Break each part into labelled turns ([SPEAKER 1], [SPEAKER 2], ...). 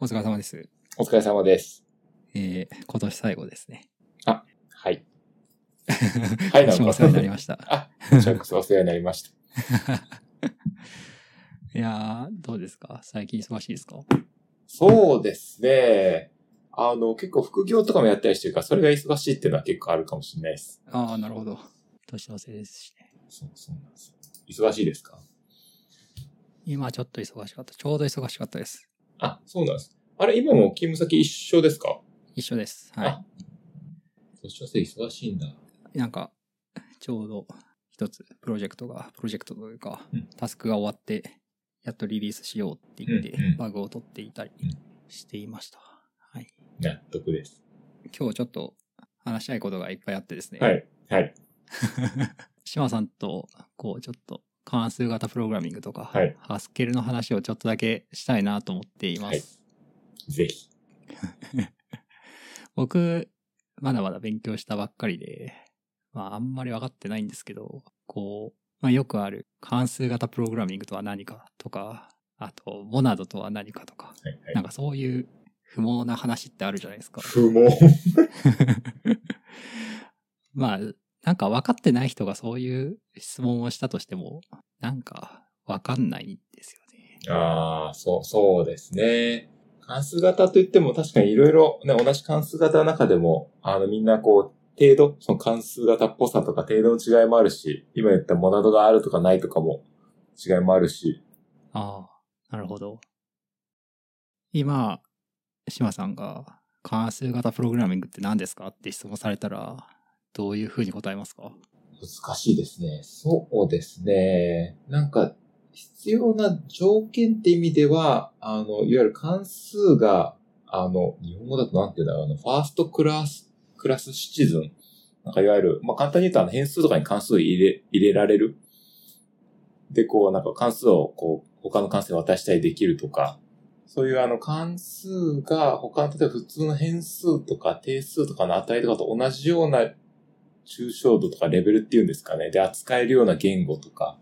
[SPEAKER 1] お疲れ様です。
[SPEAKER 2] お疲れ様です。
[SPEAKER 1] えー、今年最後ですね。
[SPEAKER 2] はい。 はい、な
[SPEAKER 1] 私も
[SPEAKER 2] の
[SPEAKER 1] お世話になり
[SPEAKER 2] か。
[SPEAKER 1] ました。
[SPEAKER 2] あ、こちらこそお世話になりました。
[SPEAKER 1] いやー、どうですか最近忙しいですか
[SPEAKER 2] そうですね。あの、結構副業とかもやったりしてるから、それが忙しいっていうのは結構あるかもしれないです。
[SPEAKER 1] ああ、なるほど。年のせいですしね。
[SPEAKER 2] そう、そうなんですよ。忙しいですか
[SPEAKER 1] 今ちょっと忙しかった。ちょうど忙しかったです。
[SPEAKER 2] あ、そうなんです。あれ、今も勤務先一緒ですか
[SPEAKER 1] 一緒です。は
[SPEAKER 2] 年のせい忙しいんだ。
[SPEAKER 1] い。なんか、ちょうど一つプロジェクトが、プロジェクトというか
[SPEAKER 2] うん、
[SPEAKER 1] タスクが終わって、やっとリリースしようって言って
[SPEAKER 2] うんうん、
[SPEAKER 1] バグを取っていたり
[SPEAKER 2] うん
[SPEAKER 1] していました。はい。
[SPEAKER 2] 納得です。
[SPEAKER 1] 今日ちょっと話したいことがいっぱいあってですね。
[SPEAKER 2] はい。はい。
[SPEAKER 1] 島さんと、こう、ちょっと関数型プログラミングとか、
[SPEAKER 2] はい
[SPEAKER 1] ハスケルの話をちょっとだけしたいなと思っていま
[SPEAKER 2] はい
[SPEAKER 1] す。。
[SPEAKER 2] ぜひ。
[SPEAKER 1] 僕、まだまだ勉強したばっかりで、まあ、あんまり分かってないんですけど、こう、まあ、よくある関数型プログラミングとは何かとか、あと、モナドとは何かとか、
[SPEAKER 2] はい、
[SPEAKER 1] な
[SPEAKER 2] は
[SPEAKER 1] ん
[SPEAKER 2] い。
[SPEAKER 1] かそういう不毛な話ってあるじゃないですか。
[SPEAKER 2] 不毛。
[SPEAKER 1] まあ、なんか分かってない人がそういう質問をしたとしても、なんか分かんないんですよね。
[SPEAKER 2] ああ、そう、そうですね。関数型といっても確かにいろいろね、同じ関数型の中でも、あのみんなこう、程度、その関数型っぽさとか程度の違いもあるし、今言ったモナドがあるとかないとかも違いもあるし、
[SPEAKER 1] ああ、なるほど。今、島さんが関数型プログラミングって何ですかって質問されたら、どういうふうに答えますか
[SPEAKER 2] 難しいですね。そうですね。なんか、必要な条件って意味では、あの、いわゆる関数が、あの、日本語だとなんて言うんだろう、あの、ファーストクラス、クラスシチズン。なんかいわゆる、まあ、簡単に言うとあの変数とかに関数入れ、入れられる。で、こう、なんか関数を、こう、他の関数に渡したりできるとか、そういうあの関数が他の、例えば普通の変数とか定数とかの値とかと同じような抽象度とかレベルっていうんですかね。で、扱えるような言語とか。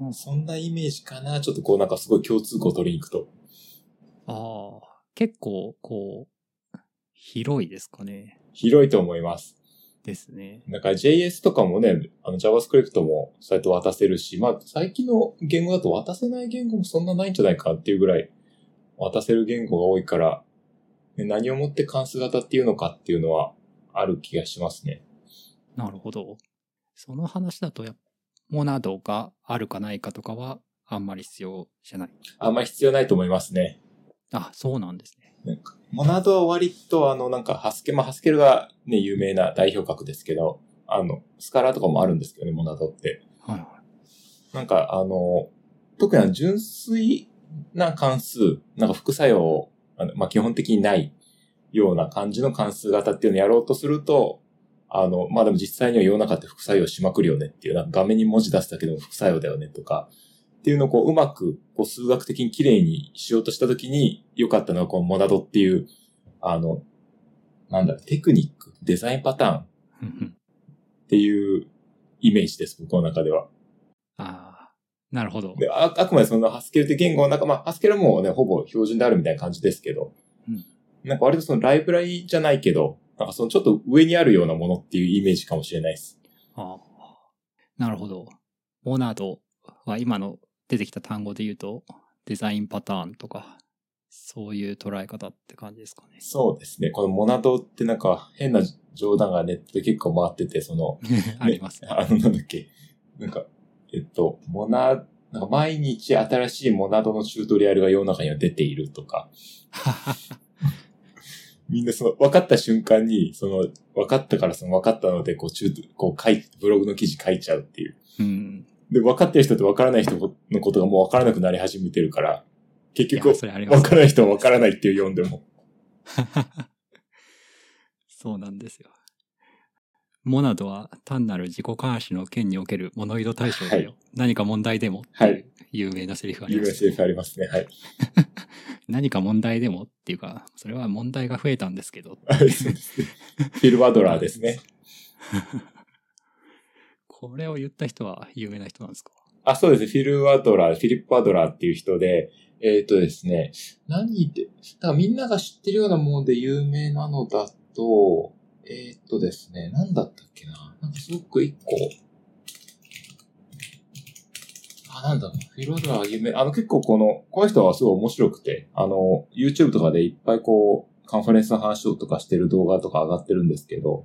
[SPEAKER 1] うん
[SPEAKER 2] そんなイメージかな。ちょっとこうなんかすごい共通項を取りに行くと。
[SPEAKER 1] ああ、結構、こう、広いですかね。
[SPEAKER 2] 広いと思います。
[SPEAKER 1] ですね。
[SPEAKER 2] だから JS とかもね、あの JavaScript もそうやって渡せるし、まあ最近の言語だと渡せない言語もそんなないんじゃないかっていうぐらい渡せる言語が多いから、ね何をもって関数型っていうのかっていうのはある気がしますね。
[SPEAKER 1] なるほど。その話だとやっ、モナドがあるかないかとかは、あんまり必要じゃない。
[SPEAKER 2] あんまり必要ないと思いますね。
[SPEAKER 1] あ、そうなんですね。
[SPEAKER 2] なんかモナドは割とあのなんかハスケ、まあハスケルがね、有名な代表格ですけど、あの、スカラとかもあるんですけどね、モナドって。
[SPEAKER 1] はいはい。
[SPEAKER 2] なんかあの、特にあの純粋な関数、なんか副作用、あのまあ、基本的にないような感じの関数型っていうのをやろうとすると、あの、まあ、でも実際には世の中って副作用しまくるよねっていう、なんか画面に文字出すだけでも副作用だよねとか、っていうのをこううまくこう数学的に綺麗にしようとしたときに良かったのはこのモナドっていう、あの、なんだろう、テクニック、デザインパターンっ
[SPEAKER 1] ふんふん
[SPEAKER 2] ていうイメージです、僕の中では。
[SPEAKER 1] ああ、なるほど。
[SPEAKER 2] でああくまでそのハスケルって言語の中、まあハスケルはもうね、ほぼ標準であるみたいな感じですけど、
[SPEAKER 1] うん
[SPEAKER 2] なんか割とそのライブラリじゃないけど、なんかそのちょっと上にあるようなものっていうイメージかもしれないです。
[SPEAKER 1] ああ、なるほど。モナドは今の出てきた単語で言うと、デザインパターンとか、そういう捉え方って感じです かね。
[SPEAKER 2] そうですね。このモナドってなんか変な冗談がネットで結構回ってて、その、
[SPEAKER 1] ありますね。
[SPEAKER 2] あの、なんだっけ。なんか、えっと、モナ、なんか毎日新しいモナドのチュートリアルが世の中には出ている とか、みんなその、分かった瞬間に、その、分かったからその分かったので、こう、チュート、こう書い、ブログの記事書いちゃうっていう。
[SPEAKER 1] うん。
[SPEAKER 2] で、分かってる人と分からない人のことがもう分からなくなり始めてるから、結
[SPEAKER 1] い
[SPEAKER 2] 局
[SPEAKER 1] や、それありま
[SPEAKER 2] 分
[SPEAKER 1] す
[SPEAKER 2] からない人は分からないっていう読んでも。
[SPEAKER 1] そうなんですよ。モナドは単なる自己監視の件におけるモノイド対象だよ。何か問題でもって
[SPEAKER 2] はいい
[SPEAKER 1] 有
[SPEAKER 2] う
[SPEAKER 1] 名なセリフがあり
[SPEAKER 2] 有
[SPEAKER 1] ま
[SPEAKER 2] 名
[SPEAKER 1] す、
[SPEAKER 2] セリフありますね。 はい。
[SPEAKER 1] 何か問題でもっていうか、それは問題が増えたんですけ ど。
[SPEAKER 2] はいそうですねフィル・バドラーですね。
[SPEAKER 1] これを言った人は有名な人なんですか
[SPEAKER 2] あ、そうです。フィル・アドラー、フィリップ・アドラーっていう人で、えっ、とですね、何で、だからみんなが知ってるようなもので有名なのだと、えっ、とですね、何だったっけななんかすごく一個、あ、なんだ、フィロドラは有名、あの結構この、この人はすごい面白くて、あの、YouTube とかでいっぱいこう、カンファレンスの話をとかしてる動画とか上がってるんですけど、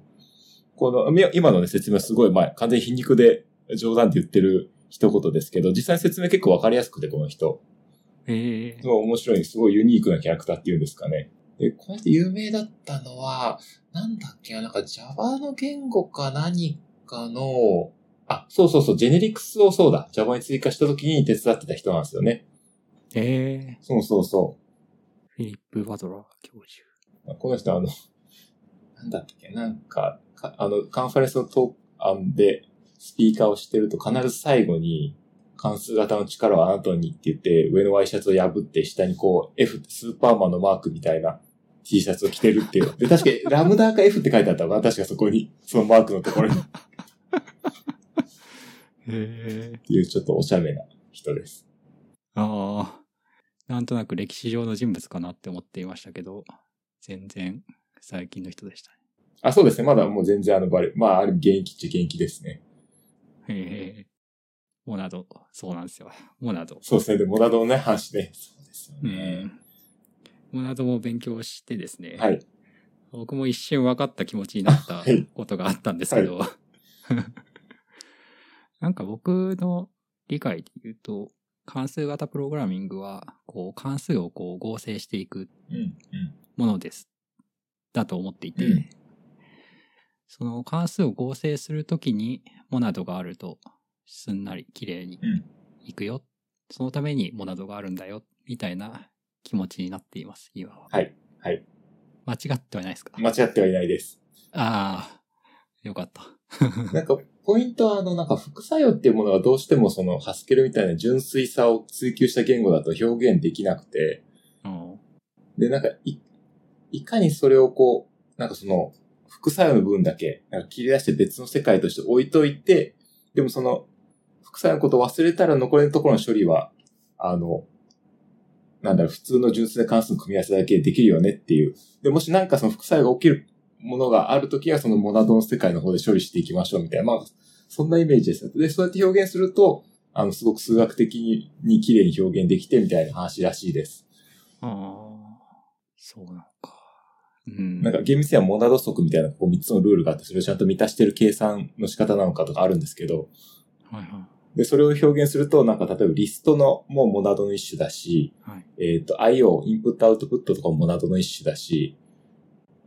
[SPEAKER 2] この、み今のね、説明すごい前、完全に皮肉で冗談で言ってる一言ですけど、実際の説明結構わかりやすくて、この人。
[SPEAKER 1] ええ
[SPEAKER 2] すごい面白い、すごいユニークなキャラクターっていうんですかね。で、この人有名だったのは、なんだっけな、なんか Java の言語か何かの、あ、そうそうそう、ジェネリクスをそうだ、Java に追加した時に手伝ってた人なんですよね。
[SPEAKER 1] ええ
[SPEAKER 2] そうそうそ
[SPEAKER 1] フィリップ・バドラー教授。
[SPEAKER 2] う。この人あの、なんだっけ、なんか、かあの、カンファレンスのトークンで、スピーカーをしてると必ず最後に、関数型の力はあなたにって言って、上のワイシャツを破って、下にこう、F ってスーパーマンのマークみたいな T シャツを着てるっていう。で、確かに、ラムダか F って書いてあったのかな確かそこに、そのマークのところに。っ
[SPEAKER 1] ええ
[SPEAKER 2] ていう、ちょっとおしゃれな人です。
[SPEAKER 1] ああ。なんとなく歴史上の人物かなって思っていましたけど、全然最近の人でしたね。
[SPEAKER 2] あ、そうですね。まだもう全然あのバレ、まあ、ある意味現役っちゃ現役ですね。
[SPEAKER 1] ええモナド、そうなんですよ。モナド。
[SPEAKER 2] そうですね。で、モダドのね、話ね。そうですよ
[SPEAKER 1] う
[SPEAKER 2] ね。
[SPEAKER 1] ん。モナドも勉強してですね。
[SPEAKER 2] はい。
[SPEAKER 1] 僕も一瞬分かった気持ちになった
[SPEAKER 2] はい
[SPEAKER 1] ことがあったんですけど、 なんか僕の理解で言うと、関数型プログラミングは、こう、関数をこう合成していく
[SPEAKER 2] うん、うん。
[SPEAKER 1] ものです。だと思っていて、
[SPEAKER 2] うん
[SPEAKER 1] その関数を合成するときに、モナドがあると、すんなり綺麗に
[SPEAKER 2] うん
[SPEAKER 1] いくよ。そのためにモナドがあるんだよ、みたいな気持ちになっています、今は。
[SPEAKER 2] はい。はい。
[SPEAKER 1] 間違ってはないですか
[SPEAKER 2] 間違ってはいないです。
[SPEAKER 1] ああ、よかった。
[SPEAKER 2] なんか、ポイントは、あの、なんか、副作用っていうものがどうしても、その、ハスケルみたいな純粋さを追求した言語だと表現できなくて、
[SPEAKER 1] うん
[SPEAKER 2] で、なんか、い、いかにそれをこう、なんかその、副作用の分だけ、なんか切り出して別の世界として置いといて、でもその、副作用のことを忘れたら残りのところの処理は、あの、なんだろう、普通の純粋な関数の組み合わせだけでできるよねっていう。で、もしなんかその副作用が起きるものがあるときは、そのモナドの世界の方で処理していきましょうみたいな、まあ、そんなイメージです。で、そうやって表現すると、あの、すごく数学的にに綺麗に表現できてみたいな話らしいです。
[SPEAKER 1] ああ、そうなのか。うん。
[SPEAKER 2] なんか厳密にはモナド則みたいなこう3つのルールがあって、それをちゃんと満たしてる計算の仕方なのかとかあるんですけど、
[SPEAKER 1] はいは
[SPEAKER 2] で、それを表現すると、なんか例えばリストのもモナドの一種だし、
[SPEAKER 1] い。はい。
[SPEAKER 2] えっ、と、IO、インプットアウトプットとかもモナドの一種だし、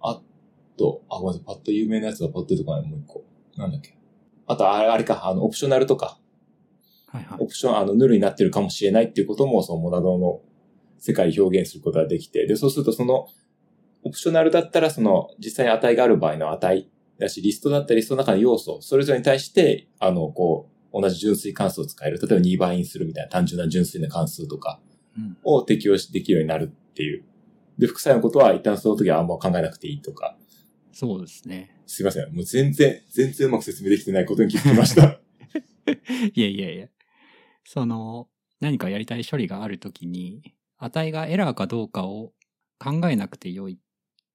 [SPEAKER 2] あと、あ、ごめんなさい、パッと有名なやつがパッと出てこない、もう一個。なんだっけ。あと、あれあれか、あの、オプショナルとか、
[SPEAKER 1] はいは
[SPEAKER 2] オ
[SPEAKER 1] い。
[SPEAKER 2] プション、あの、ヌルになってるかもしれないっていうことも、そのモナドの世界に表現することができて、で、そうするとその、オプショナルだったら、その、実際に値がある場合の値だし、リストだったり、その中の要素、それぞれに対して、あの、こう、同じ純粋関数を使える。例えば2倍にするみたいな単純な純粋な関数とか
[SPEAKER 1] うん。
[SPEAKER 2] を適用できるようになるっていう。で、副作用のことは一旦その時はあんま考えなくていいとか。
[SPEAKER 1] そうですね。
[SPEAKER 2] すいません。もう全然、全然うまく説明できてないことに気づきました。
[SPEAKER 1] いやいやいや。その、何かやりたい処理があるときに、値がエラーかどうかを考えなくてよい、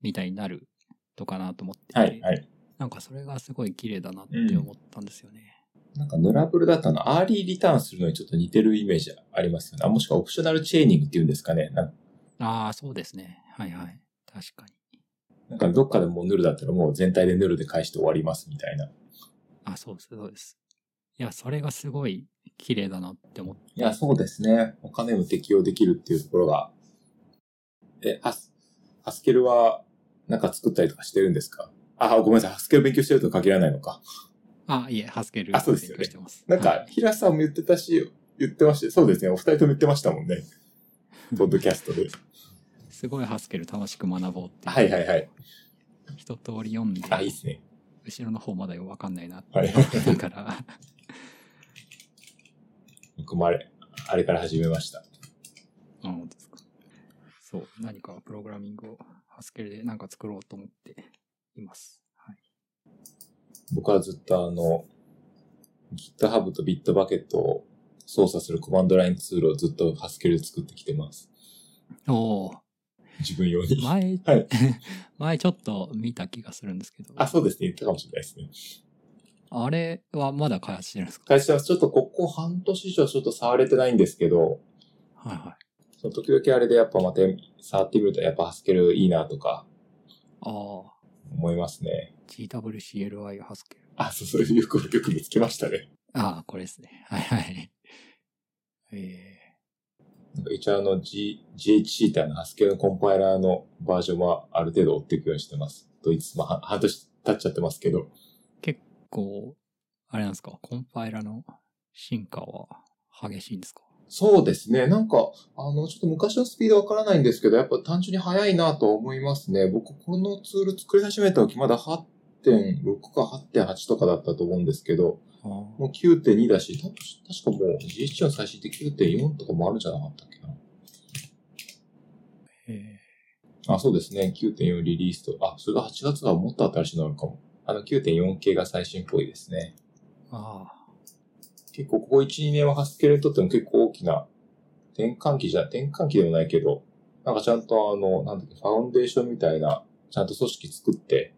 [SPEAKER 1] みたいになるとかなと思って、
[SPEAKER 2] はい、はい。
[SPEAKER 1] なんかそれがすごい綺麗だなって思ったんですよね。
[SPEAKER 2] なんかヌラブルだったの、アーリーリターンするのにちょっと似てるイメージありますよね。あもしくはオプショナルチェーニングっていうんですかね。なん
[SPEAKER 1] ああ、そうですね。はいはい。確かに。
[SPEAKER 2] なんかどっかでもうヌルだったらもう全体でヌルで返して終わりますみたいな。い
[SPEAKER 1] あ、そうです、そうです。いや、それがすごい綺麗だなって思って。
[SPEAKER 2] や、そうですね。お金も適用できるっていうところが。え、ハス、ハスケルはなんか作ったりとかしてるんですかあ、ごめんなさい。ハスケル勉強してるとは限らないのか。
[SPEAKER 1] あ、いえ、ハスケル
[SPEAKER 2] あそうですよね
[SPEAKER 1] 勉強してます。
[SPEAKER 2] なん
[SPEAKER 1] は
[SPEAKER 2] か
[SPEAKER 1] い、
[SPEAKER 2] 平さんも言ってたし、言ってました。そうですね。お二人とも言ってましたもんね。ポッドキャストで。
[SPEAKER 1] すごいハスケル楽しく学ぼうっていう。
[SPEAKER 2] はいはいはい。
[SPEAKER 1] 一通り読んで、
[SPEAKER 2] あ、いいですね。
[SPEAKER 1] 後ろの方まだよくわかんないなって
[SPEAKER 2] はい。
[SPEAKER 1] だから、
[SPEAKER 2] 僕もあれ、あれから始めました。
[SPEAKER 1] あのですか。そう、何かプログラミングをハスケルで何か作ろうと思っています。はい。
[SPEAKER 2] 僕はずっとあの、GitHub と Bitbucket を操作するコマンドラインツールをずっとハスケルで作ってきてます。
[SPEAKER 1] おー
[SPEAKER 2] 自分用に。
[SPEAKER 1] 前、
[SPEAKER 2] はい
[SPEAKER 1] 前ちょっと見た気がするんですけど、
[SPEAKER 2] あ、そうですね。言ったかもしれないですね。
[SPEAKER 1] あれはまだ開発してるんですか
[SPEAKER 2] 会社はちょっとここ半年以上ちょっと触れてないんですけど、
[SPEAKER 1] はいはい。
[SPEAKER 2] その時々あれでやっぱまた触ってみるとやっぱハスケルいいなとか
[SPEAKER 1] ああ、
[SPEAKER 2] 思いますね。
[SPEAKER 1] GWCLI ハスケル。
[SPEAKER 2] あ、そうそう、よくよく見つけましたね。
[SPEAKER 1] ああ、これですね。 はいはい。え
[SPEAKER 2] なんか一応あの G、GHC ってあのハスケルのコンパイラーのバージョンはある程度追っていくようにしてます。ドイツ、まあは半年経っちゃってますけど、
[SPEAKER 1] ー、こう、あれなんですか、コンパイラの進化は激しいんですか
[SPEAKER 2] そうですね。なんか、あの、ちょっと昔のスピードわからないんですけど、やっぱ単純に速いなとは思いますね。僕、このツール作り始めた時、まだ8.6か8.8とかだったと思うんですけど、
[SPEAKER 1] あー
[SPEAKER 2] もう9.2だし、た確かもう GH の最新って9.4とかもあるんじゃなかったっけな。
[SPEAKER 1] え
[SPEAKER 2] あ、そうですね。9.4リリースと、あ、それが8月がもっと新しいのあるかも。あの、9.4系が最新っぽいですね。
[SPEAKER 1] ー、あ
[SPEAKER 2] 結構ここ1、2年はハスケルにとっても結構大きな転換期じゃ、転換期でもないけど、なんかちゃんとあの、なんだっけ、ファウンデーションみたいな、ちゃんと組織作って、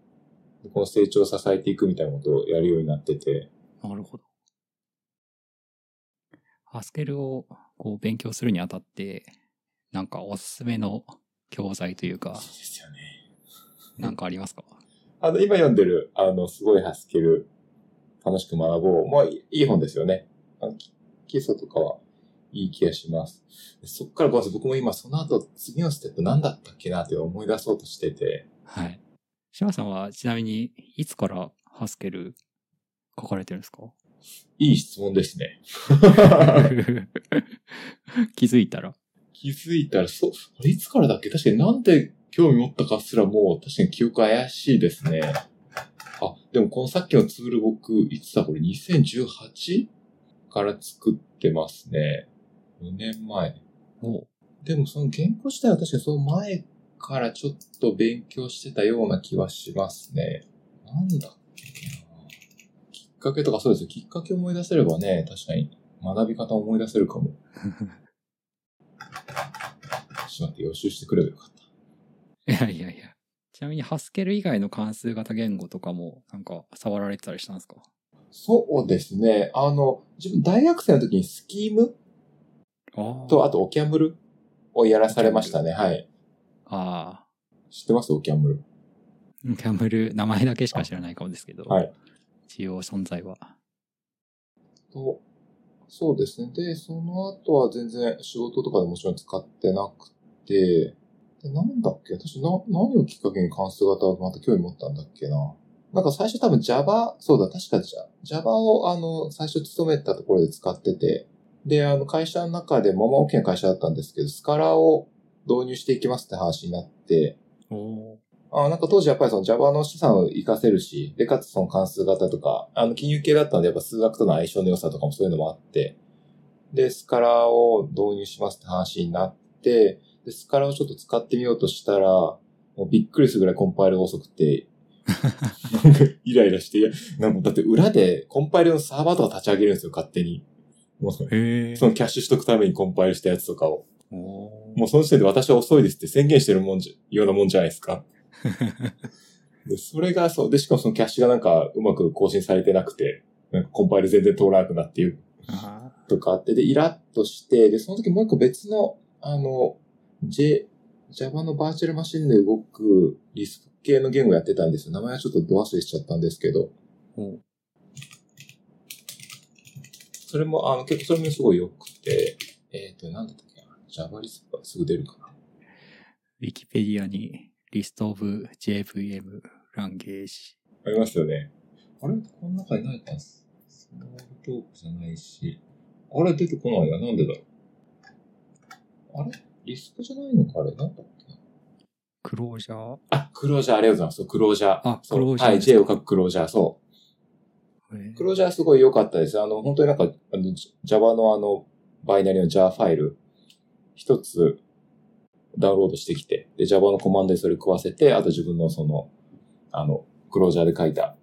[SPEAKER 2] この成長を支えていくみたいなことをやるようになってて、
[SPEAKER 1] あ、なるほど。ハスケルをこう勉強するにあたって、なんかおすすめの教材という か、
[SPEAKER 2] ですよね。
[SPEAKER 1] なんかありますか
[SPEAKER 2] あの、今読んでる、あの、すごいハスケル、楽しく学ぼう。まあ、いいい本ですよね。あのき基礎とかはいい気がします。そっからごめんなさい、僕も今その後、次のステップ何だったっけなって思い出そうとしてて、
[SPEAKER 1] はい。島さんはちなみに、いつからハスケル書かれてるんですか
[SPEAKER 2] いい質問ですね。
[SPEAKER 1] 気づいたら。
[SPEAKER 2] 気づいたら、そう、あれいつからだっけ確かになんで興味持ったかすらもう確かに記憶怪しいですね。あ、でもこのさっきのツール僕、いつだこれ 2018? から作ってますね。4年前。
[SPEAKER 1] おう
[SPEAKER 2] でもその言語自体は確かにその前からちょっと勉強してたような気はしますね。なんだっけなきっかけとかそうですよ。きっかけ思い出せればね、確かに学び方思い出せるかも。 しまって予習してくればよかった。
[SPEAKER 1] いやいやいや。ちなみに、ハスケル以外の関数型言語とかも、なんか、触られてたりしたんですか
[SPEAKER 2] そうですね。あの、自分大学生の時にスキーム
[SPEAKER 1] あ
[SPEAKER 2] と、あとオキャムルをやらされましたね。はい。
[SPEAKER 1] あ
[SPEAKER 2] 知ってますオキャムル。
[SPEAKER 1] ー。キャムル、名前だけしか知らないかもですけど。
[SPEAKER 2] はい
[SPEAKER 1] 一応、存在は。
[SPEAKER 2] と、そうですね。で、その後は全然仕事とかでもちろん使ってなくて、で、なんだっけ私な、何をきっかけに関数型をまた興味持ったんだっけな。なんか最初多分 Java、そうだ、確か Java Java をあの、最初勤めてたところで使ってて、で、あの、会社の中でも、まあ、大きな会社だったんですけど、スカラを導入していきますって話になって、
[SPEAKER 1] おお
[SPEAKER 2] あなんか当時やっぱりその Java の資産を活かせるし、で、かつその関数型とか、あの金融系だったのでやっぱ数学との相性の良さとかもそういうのもあって、で、スカラを導入しますって話になって、で、スカラをちょっと使ってみようとしたら、もうびっくりするぐらいコンパイルが遅くて、なんかイライラして、いや、なんかだって裏でコンパイルのサーバーとか立ち上げるんですよ、勝手に。もう
[SPEAKER 1] へえ
[SPEAKER 2] そのキャッシュしとくためにコンパイルしたやつとかを。
[SPEAKER 1] おお
[SPEAKER 2] もうその時点で私は遅いですって宣言してるもんじゃ、ようなもんじゃないですか。で、それがそう。で、しかもそのキャッシュがなんかうまく更新されてなくて、なんかコンパイル全然通らなくなっていう
[SPEAKER 1] あ
[SPEAKER 2] とかあって、で、イラッとして、で、その時もう一個別の、あの、J、Java のバーチャルマシンで動くリスク系の言語やってたんですよ。名前はちょっとド忘れしちゃったんですけど、
[SPEAKER 1] ーおう
[SPEAKER 2] それも、あの、結構それもすごい良くて、えっ、と、なんだったっけな。Java リスクがすぐ出るかな。
[SPEAKER 1] ウィキペディアに、リストオブ JVM ランゲージ。
[SPEAKER 2] ありますよね。あれこの中にないかスモールトークじゃないし。あれ出てこないな。なんでだろう。あれリスクじゃないのかあれなんだっけな
[SPEAKER 1] クロージャー
[SPEAKER 2] あ、クロージャーありがとうございますそう。クロージャー。
[SPEAKER 1] あ
[SPEAKER 2] そう
[SPEAKER 1] クロージャー
[SPEAKER 2] はい、
[SPEAKER 1] ですか
[SPEAKER 2] J を書くクロージャー。そ
[SPEAKER 1] えー
[SPEAKER 2] う。クロージャーすごい良かったです。あの、本当になんか、あの、J- Java のあの、バイナリの JAR ファイル、一つダウンロードしてきて、で、Java のコマンドにそれ食わせて、あと自分のその、あの、クロージャーで書いた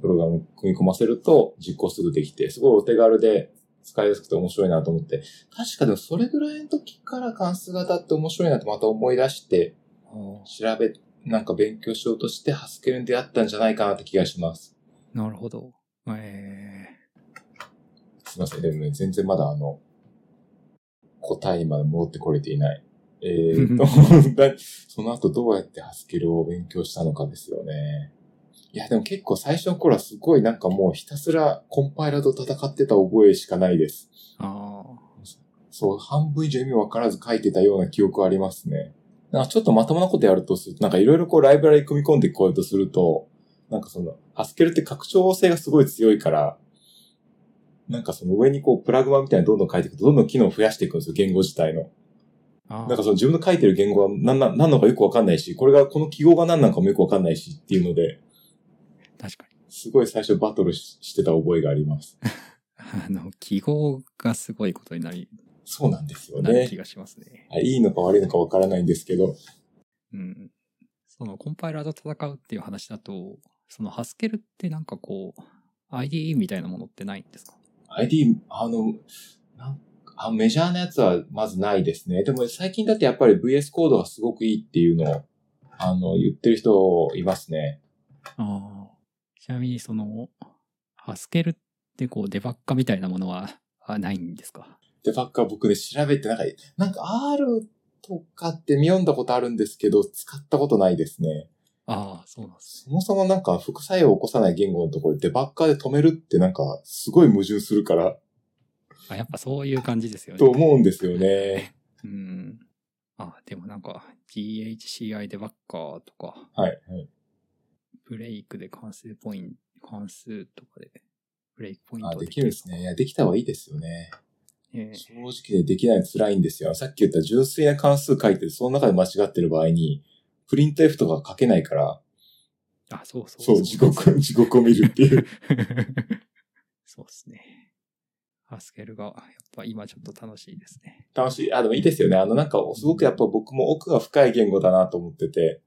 [SPEAKER 2] プログラムを組み込ませると実行すぐできて、すごいお手軽で、使いやすくて面白いなと思って、確かでもそれぐらいの時から関数型って面白いなとまた思い出して、
[SPEAKER 1] おー
[SPEAKER 2] 調べ、なんか勉強しようとして、ハスケルに出会ったんじゃないかなって気がします。
[SPEAKER 1] なるほど。え
[SPEAKER 2] すいません。でもね、全然まだあの、答えまで戻ってこれていない。えー、と、その後どうやってハスケルを勉強したのかですよね。いや、でも結構最初の頃はすごいなんかもうひたすらコンパイラーと戦ってた覚えしかないです。
[SPEAKER 1] ー、ああ。
[SPEAKER 2] そう、半分以上意味わからず書いてたような記憶はありますね。なんかちょっとまともなことやるとすると、なんかいろいろこうライブラリ組み込んでこようとすると、なんかその、ハスケルって拡張性がすごい強いから、なんかその上にこうプラグマみたいなのどんどん書いていくと、どんどん機能を増やしていくんですよ、言語自体の。
[SPEAKER 1] あー
[SPEAKER 2] なんかその自分の書いてる言語は何な、何なのかよくわかんないし、これがこの記号が何なのかもよくわかんないしっていうので、
[SPEAKER 1] 確かに。
[SPEAKER 2] すごい最初バトルししてた覚えがあります。
[SPEAKER 1] あの、記号がすごいことになり、
[SPEAKER 2] そうなんですよ
[SPEAKER 1] なる
[SPEAKER 2] ね
[SPEAKER 1] 気。がしますね。
[SPEAKER 2] あいいのか悪いのかわからないんですけど、
[SPEAKER 1] うん。その、コンパイラーと戦うっていう話だと、その、ハスケルってなんかこう、IDE みたいなものってないんですか
[SPEAKER 2] ID、あの、なんかあメジャーなやつはまずないですね。でも最近だってやっぱり VS コードがすごくいいっていうのを、あの、言ってる人いますね。
[SPEAKER 1] ああ。ちなみにその、ハスケルってこう、デバッカみたいなものは、あないんですか
[SPEAKER 2] で、ばっか僕ね、調べてなんか、なんか R とかって見読んだことあるんですけど、使ったことないですね。
[SPEAKER 1] ああ、そうなんです。
[SPEAKER 2] そもそもなんか副作用を起こさない言語のところでデバッカーで止めるってなんかすごい矛盾するから
[SPEAKER 1] あやっぱそういう感じですよね。
[SPEAKER 2] と思うんですよね。
[SPEAKER 1] うん。あ、でもなんか、GHCI デバッカーとか、
[SPEAKER 2] はい。はい、
[SPEAKER 1] ブレイクで関数ポイント、関数とかで、ブレイクポイント
[SPEAKER 2] あ
[SPEAKER 1] が
[SPEAKER 2] できるんですね。いや、できた方がいいですよね。
[SPEAKER 1] ええ
[SPEAKER 2] 正直ね、できないの辛いんですよ。さっき言った純粋な関数書いて、その中で間違ってる場合に、プリント F とか書けないから、
[SPEAKER 1] あ、そうそう
[SPEAKER 2] そう、地獄、 地獄を見るっていう。
[SPEAKER 1] そうですね。ハスケルが、やっぱ今ちょっと楽しいですね。
[SPEAKER 2] 楽しい。あ、でもいいですよね。あの、なんか、すごくやっぱ僕も奥が深い言語だなと思ってて、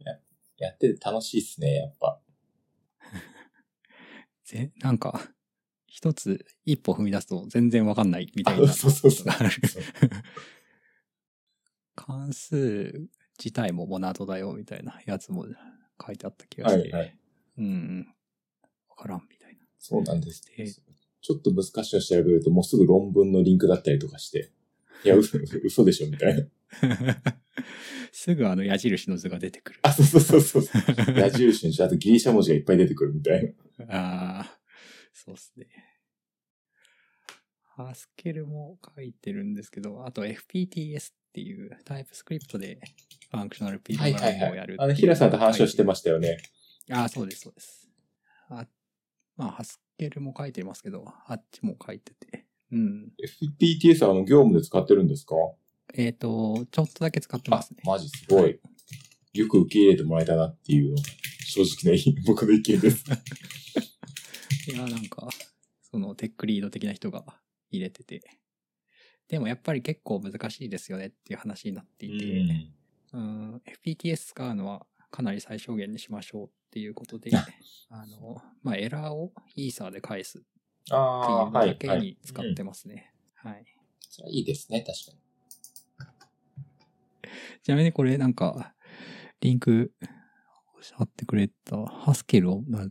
[SPEAKER 2] ややってて楽しいですね、やっぱ。
[SPEAKER 1] ぜなんか、一つ、一歩踏み出すと全然わかんないみたい
[SPEAKER 2] あ
[SPEAKER 1] な。
[SPEAKER 2] そうそうそう。
[SPEAKER 1] ある
[SPEAKER 2] そう
[SPEAKER 1] 関数自体もモナドだよみたいなやつも書いてあった気がして。
[SPEAKER 2] はいはい
[SPEAKER 1] うんうん。わからんみたいな。
[SPEAKER 2] そうなんです
[SPEAKER 1] えー。
[SPEAKER 2] ちょっと難しいの調べると、もうすぐ論文のリンクだったりとかして、 いや、嘘、嘘でしょ、みたいな。
[SPEAKER 1] すぐあの矢印の図が出てくる。
[SPEAKER 2] あ、そうそうそうそう。矢印にして、あとギリシャ文字がいっぱい出てくるみたいな。
[SPEAKER 1] ああ、そうっすね。ハスケルも書いてるんですけど、あと FPTS っていうタイプスクリプトでファンクショナルピー
[SPEAKER 2] はい
[SPEAKER 1] ド
[SPEAKER 2] はい
[SPEAKER 1] ラ
[SPEAKER 2] は
[SPEAKER 1] をやる
[SPEAKER 2] い
[SPEAKER 1] っ。て
[SPEAKER 2] あ
[SPEAKER 1] いう
[SPEAKER 2] の、平さんと話をしてましたよね。
[SPEAKER 1] ああ、そうです、そうです。あまあ、ハスケルも書いてますけど、あっちも書いてて。うん。
[SPEAKER 2] PTS はあの、業務で使ってるんですか
[SPEAKER 1] えっ、と、ちょっとだけ使ってま
[SPEAKER 2] あ
[SPEAKER 1] すね、。
[SPEAKER 2] マジすごい。よく受け入れてもらえたなっていうのが正直な僕の意見です。
[SPEAKER 1] いや、なんか、その、テックリード的な人が入れてて。でもやっぱり結構難しいですよねっていう話になっていて。うん、FPTS 使うのはかなり最小限にしましょうっていうことで、あの、まあ、エラーをイーサーで返すってい
[SPEAKER 2] あ
[SPEAKER 1] う
[SPEAKER 2] あ、
[SPEAKER 1] のだ
[SPEAKER 2] はい。
[SPEAKER 1] け
[SPEAKER 2] はい。
[SPEAKER 1] に使ってますね。はい、
[SPEAKER 2] それいいですね、確かに。
[SPEAKER 1] ちなみにこれなんか、リンク貼ってくれたハスケルをな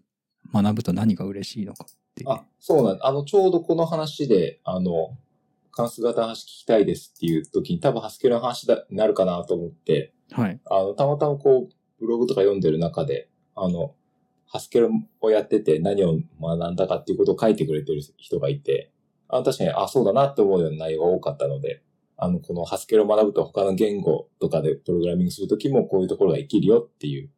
[SPEAKER 1] 学ぶと何が嬉しいのかって。
[SPEAKER 2] あ、そうなんあの、ちょうどこの話で、あの、関数型の話聞きたいですっていう時に、多分ハスケルの話だになるかなと思って、
[SPEAKER 1] はい。
[SPEAKER 2] あの、たまたまこう、ブログとか読んでる中で、あの、ハスケルをやってて何を学んだかっていうことを書いてくれてる人がいて、あ確かに、あ、そうだなって思うような内容が多かったので、あの、このハスケルを学ぶと他の言語とかでプログラミングするときもこういうところが生きるよっていう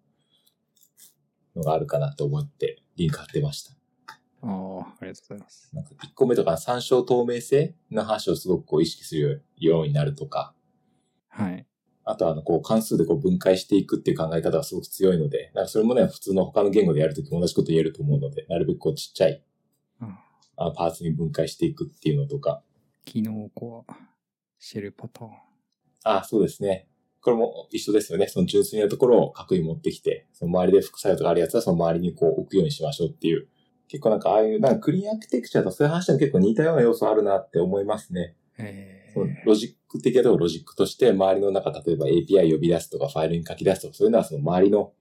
[SPEAKER 2] のがあるかなと思ってリンク貼ってました。
[SPEAKER 1] ああ、ありがとうございます。
[SPEAKER 2] なんか1個目とか参照透明性の話をすごくこう意識するようになるとか、
[SPEAKER 1] はい。
[SPEAKER 2] あとはあの、こう、関数でこう分解していくっていう考え方がすごく強いので、なんかそれもね、普通の他の言語でやるときも同じこと言えると思うので、なるべくこうちっちゃい、
[SPEAKER 1] うん
[SPEAKER 2] あパーツに分解していくっていうのとか。
[SPEAKER 1] 機能コア、シェルパターン。
[SPEAKER 2] あ、そうですね。これも一緒ですよね。その純粋なところを各位持ってきて、その周りで副作用とかあるやつはその周りにこう置くようにしましょうっていう結構なんかああいう、なんかクリーンアーキテクチャとそういう話でも結構似たような要素あるなって思いますね。
[SPEAKER 1] え
[SPEAKER 2] その
[SPEAKER 1] ー
[SPEAKER 2] ロジック的なところをロジックとして、周りの中、例えば API 呼び出すとか、ファイルに書き出すとか、そういうのはその周りの、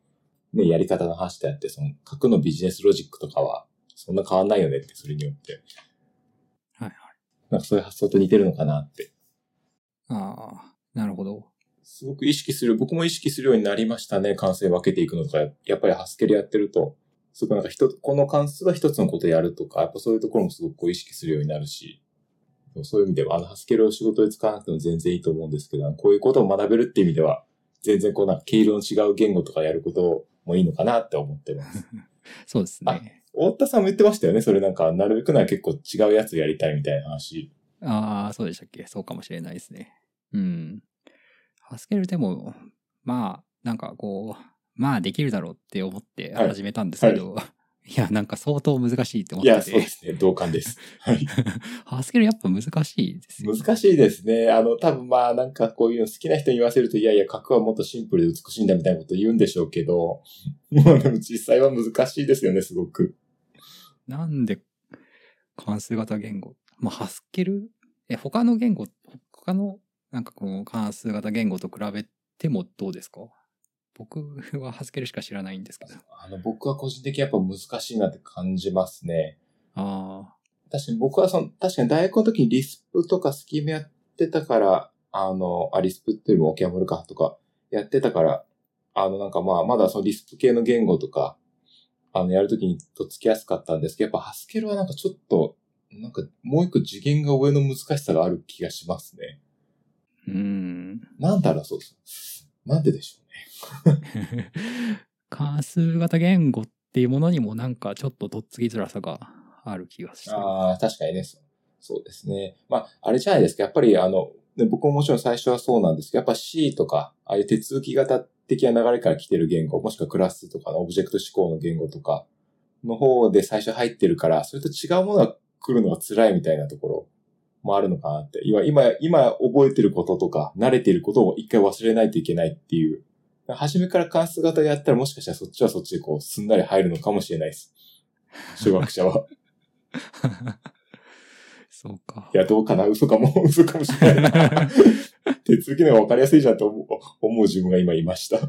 [SPEAKER 2] ね、やり方の話であって、その核のビジネスロジックとかは、そんな変わんないよねって、それによって。
[SPEAKER 1] はいはい。
[SPEAKER 2] なんかそういう発想と似てるのかなって。
[SPEAKER 1] ああ、なるほど。
[SPEAKER 2] すごく意識する、僕も意識するようになりましたね。関数分けていくのとか、やっぱりハスケルやってると、すごくなんか一つ、この関数は一つのことやるとか、やっぱそういうところもすごくこう意識するようになるし、でもそういう意味では、あのハスケルを仕事で使わなくても全然いいと思うんですけど、こういうことを学べるっていう意味では、全然こうなんか毛色の違う言語とかやることもいいのかなって思って ます。
[SPEAKER 1] そうですね。
[SPEAKER 2] 太田さんも言ってましたよね。それなんか、なるべくなら結構違うやつやりたいみたいな話。
[SPEAKER 1] ああ、そうでしたっけそうかもしれないですね。うん。ハスケルでも、まあ、なんかこう、まあできるだろうって思って
[SPEAKER 2] はい
[SPEAKER 1] 始めたんですけど、 い、や、なんか相当難しいって思
[SPEAKER 2] いや、
[SPEAKER 1] っ
[SPEAKER 2] そ
[SPEAKER 1] て
[SPEAKER 2] うで
[SPEAKER 1] て、
[SPEAKER 2] すね。同感です。はい。
[SPEAKER 1] ハスケルやっぱ難しいですよ。
[SPEAKER 2] 難しいですね。あの、多分まあなんかこういうの好きな人に言わせると、いやいや、格はもっとシンプルで美しいんだみたいなこと言うんでしょうけど、 もうでも実際は難しいですよね、すごく。
[SPEAKER 1] なんで関数型言語、まあ、ハスケルえ、他の言語、他のなんかこの関数型言語と比べてもどうですか僕はハスケルしか知らないんですけど。
[SPEAKER 2] あの、僕は個人的にやっぱ難しいなって感じますね。
[SPEAKER 1] あ
[SPEAKER 2] 確かに僕はその、確かに大学の時にリスプとかスキームやってたから、あの、あ、リスプっていうよりもオキャムルかとかやってたから、あの、なんかまあ、まだそのリスプ系の言語とか、あの、やるときにとっつきやすかったんですけど、やっぱハスケルはなんかちょっと、なんかもう一個次元が上の難しさがある気がしますね。
[SPEAKER 1] あ、うん。
[SPEAKER 2] なんだろう、そうそう。なんででしょうね。
[SPEAKER 1] 関数型言語っていうものにもなんかちょっととっつきづらさがある気がして。
[SPEAKER 2] ああ、確かにね。そうそうですね。まあ、あれじゃないですか。やっぱり、あの、ね僕ももちろん最初はそうなんですけど、やっぱ C とか、ああいう手続き型的な流れから来てる言語、もしくはクラスとかのオブジェクト指向の言語とかの方で最初入ってるから、それと違うものが来るのが辛いみたいなところもあるのかなって。今、今、今覚えてることとか、慣れてることを一回忘れないといけないっていう。初めから関数型でやったらもしかしたらそっちはそっちでこう、すんなり入るのかもしれないです。初学者は。
[SPEAKER 1] そうか
[SPEAKER 2] い。や、どうかな嘘かも、 嘘かもしれないな。手続きの方が分かりやすいじゃんと思う、思う自分が今いました。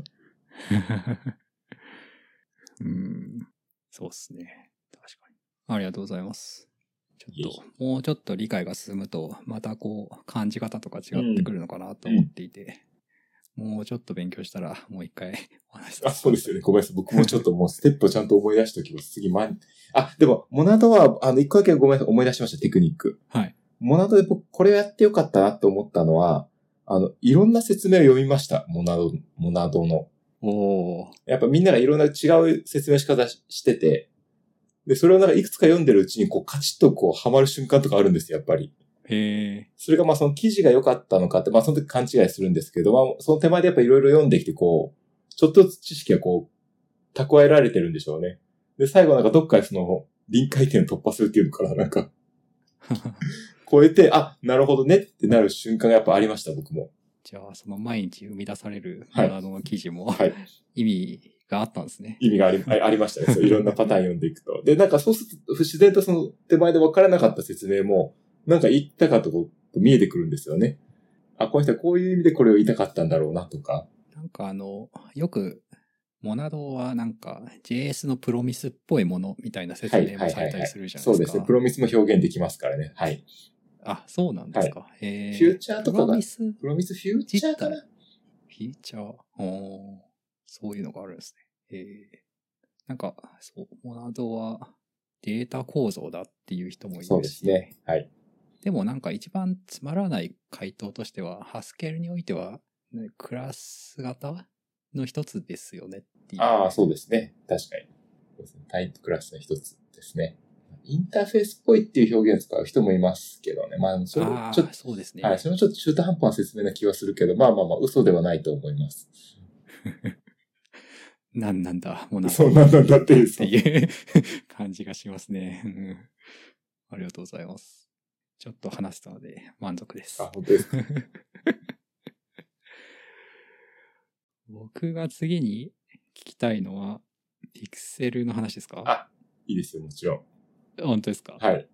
[SPEAKER 1] うん。そうっすね。確かに。ありがとうございます。ち
[SPEAKER 2] いえい
[SPEAKER 1] ょっと、もうちょっと理解が進むと、またこう、感じ方とか違ってくるのかなと思っていて、もうちょっと勉強したら、もう一回お話しさ
[SPEAKER 2] あ、
[SPEAKER 1] せて
[SPEAKER 2] そうですよね。小林さん、僕もちょっともうステップをちゃんと思い出しておきます。次、前に。あ、でも、モナドは、あの、一個だけごめんなさい、思い出しました、テクニック。
[SPEAKER 1] はい。
[SPEAKER 2] モナドで僕、これをやってよかったなと思ったのは、あの、いろんな説明を読みました。モナド、モナドの。
[SPEAKER 1] おー。
[SPEAKER 2] やっぱみんながいろんな違う説明の仕方ししてて、で、それをなんかいくつか読んでるうちに、こう、カチッとこう、ハマる瞬間とかあるんですよ、やっぱり。
[SPEAKER 1] へえ。
[SPEAKER 2] それがまあその記事が良かったのかって、まあその時勘違いするんですけど、まあその手前でやっぱいろいろ読んできて、こう、ちょっとずつ知識がこう、蓄えられてるんでしょうね。で、最後なんかどっかでその、臨界点を突破するっていうのかな、なんか、超えて、あ、なるほどねってなる瞬間がやっぱありました、僕も。
[SPEAKER 1] じゃあ、その毎日生み出される、
[SPEAKER 2] はい
[SPEAKER 1] あの記事も、
[SPEAKER 2] はい。
[SPEAKER 1] 意味があったんですね。
[SPEAKER 2] 意味があり、あありましたね。そういろんなパターン読んでいくと。で、なんかそうすると、自然とその手前で分からなかった説明も、なんか言ったかとこう見えてくるんですよね。あ、この人はこういう意味でこれを言いたかったんだろうなとか。
[SPEAKER 1] なんかあの、よく、モナドはなんか JS のプロミスっぽいものみたいな説明もされたりするじゃないですか。
[SPEAKER 2] そうですね。プロミスも表現できますからね。はい。
[SPEAKER 1] あ、そうなんですか。えー、
[SPEAKER 2] フューチャーとかが
[SPEAKER 1] プロミス、フ
[SPEAKER 2] プロミスフューチャーかな
[SPEAKER 1] ィーチャー。おーそういうのがあるんですね。えー、なんか、そう、モナドはデータ構造だっていう人もいるし。
[SPEAKER 2] そうですね。はい。
[SPEAKER 1] でもなんか一番つまらない回答としては、ハスケルにおいては、ねクラス型の一つですよねっていう。
[SPEAKER 2] ああ、そうですね。確かに。そうですねタイプクラスの一つですね。インターフェースっぽいっていう表現を使う人もいますけどね。まあ、それも
[SPEAKER 1] あ
[SPEAKER 2] ちょっ
[SPEAKER 1] ーそうですね。
[SPEAKER 2] と、はい、それもちょっと中途半端な説明な気はするけど、まあまあまあ、嘘ではないと思います。
[SPEAKER 1] なんなんだ、もうなん
[SPEAKER 2] そんなんなんだっていう
[SPEAKER 1] っていう 感じがしますね。うんありがとうございます。ちょっと話したので満足です
[SPEAKER 2] あ、。本当ですか。
[SPEAKER 1] 僕が次に聞きたいのは、ピクセルの話ですか
[SPEAKER 2] あいいですよ、もちろん。
[SPEAKER 1] 本当ですか
[SPEAKER 2] はい。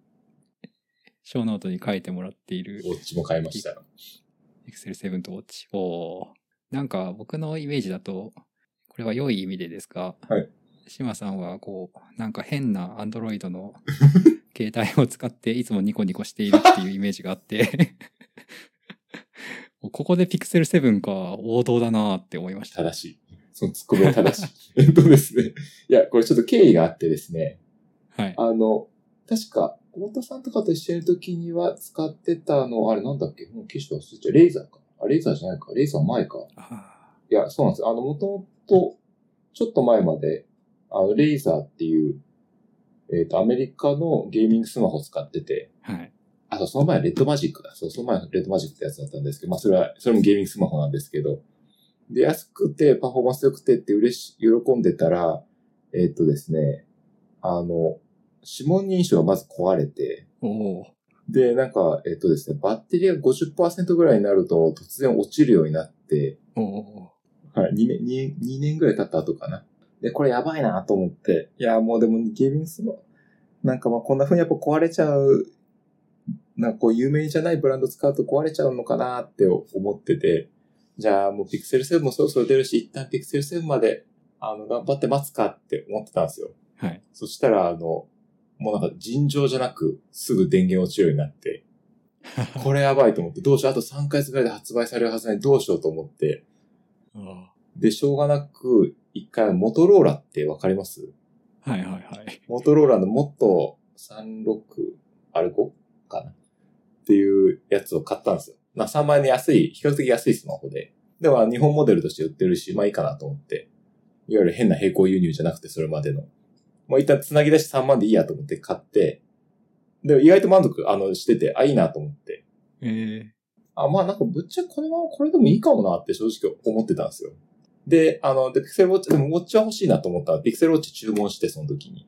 [SPEAKER 1] 小ノートに書いてもらっている
[SPEAKER 2] ウォッチも買いました。
[SPEAKER 1] Excel 7と Watch。おーなんか僕のイメージだと、これは良い意味でですが、
[SPEAKER 2] はい。
[SPEAKER 1] シマさんはこう、なんか変な Android の携帯を使っていつもニコニコしているっていうイメージがあって、 ここで Pixel 7か王道だなーって思いました。
[SPEAKER 2] 正しい。そのツッコミは正しい。 えっとですね。いや、これちょっと経緯があってですね。
[SPEAKER 1] はい。
[SPEAKER 2] あの、確か、太田さんとかとしてるときには使ってたの、あれなんだっけもう消して忘れちゃう。レーザーか。あ、レーザーじゃないか。レーザー前か。
[SPEAKER 1] あ
[SPEAKER 2] いや、そうなんですよ。あの、もともと、ちょっと前まで、あの、レーザーっていう、えっ、と、アメリカのゲーミングスマホ使ってて、
[SPEAKER 1] ーはい。
[SPEAKER 2] あと、その前はレッドマジックだ。そう、その前はレッドマジックってやつだったんですけど、まあ、それは、それもゲーミングスマホなんですけど、で、安くて、パフォーマンス良くてって嬉し、喜んでたら、えっ、とですね、あの、指紋認証がまず壊れて、
[SPEAKER 1] おー
[SPEAKER 2] で、なんか、えっ、とですね、バッテリーが50%ぐらいになると、突然落ちるようになって、
[SPEAKER 1] お
[SPEAKER 2] はい、2年、二二年ぐらい経った後かな。で、これやばいなと思って。いや、もうでもゲーミングスの、なんかまあこんな風にやっぱ壊れちゃう、なんかこう有名じゃないブランド使うと壊れちゃうのかなって思ってて、じゃあもう Pixel 7もそろそろ出るし、一旦 Pixel 7まで、あの、頑張って待つかって思ってたんですよ。
[SPEAKER 1] ーはい。
[SPEAKER 2] そしたら、あの、もうなんか尋常じゃなく、すぐ電源落ちるようになって、これやばいと思って、どうしよう、あと3ヶ月ぐらいで発売されるはずなのにどうしようと思って、
[SPEAKER 1] おー
[SPEAKER 2] で、しょうがなく、一回、モトローラってわかります
[SPEAKER 1] はいはいはい。
[SPEAKER 2] モトローラのモット36、あれ 5? かなっていうやつを買ったんですよ。まあ、3万円で安い、比較的安いスマホで。では、日本モデルとして売ってるし、まあいいかなと思って。いわゆる変な並行輸入じゃなくて、それまでの。もう一旦繋ぎ出して3万でいいやと思って買って、で、意外と満足、あの、してて、あ、いいなと思って。
[SPEAKER 1] え
[SPEAKER 2] あ、まあなんかぶっちゃけこのままこれでもいいかもなって正直思ってたんですよ。で、あの、で、ピクセルウォッチ、でもウォッチは欲しいなと思ったら、ピクセルウォッチ注文して、その時に。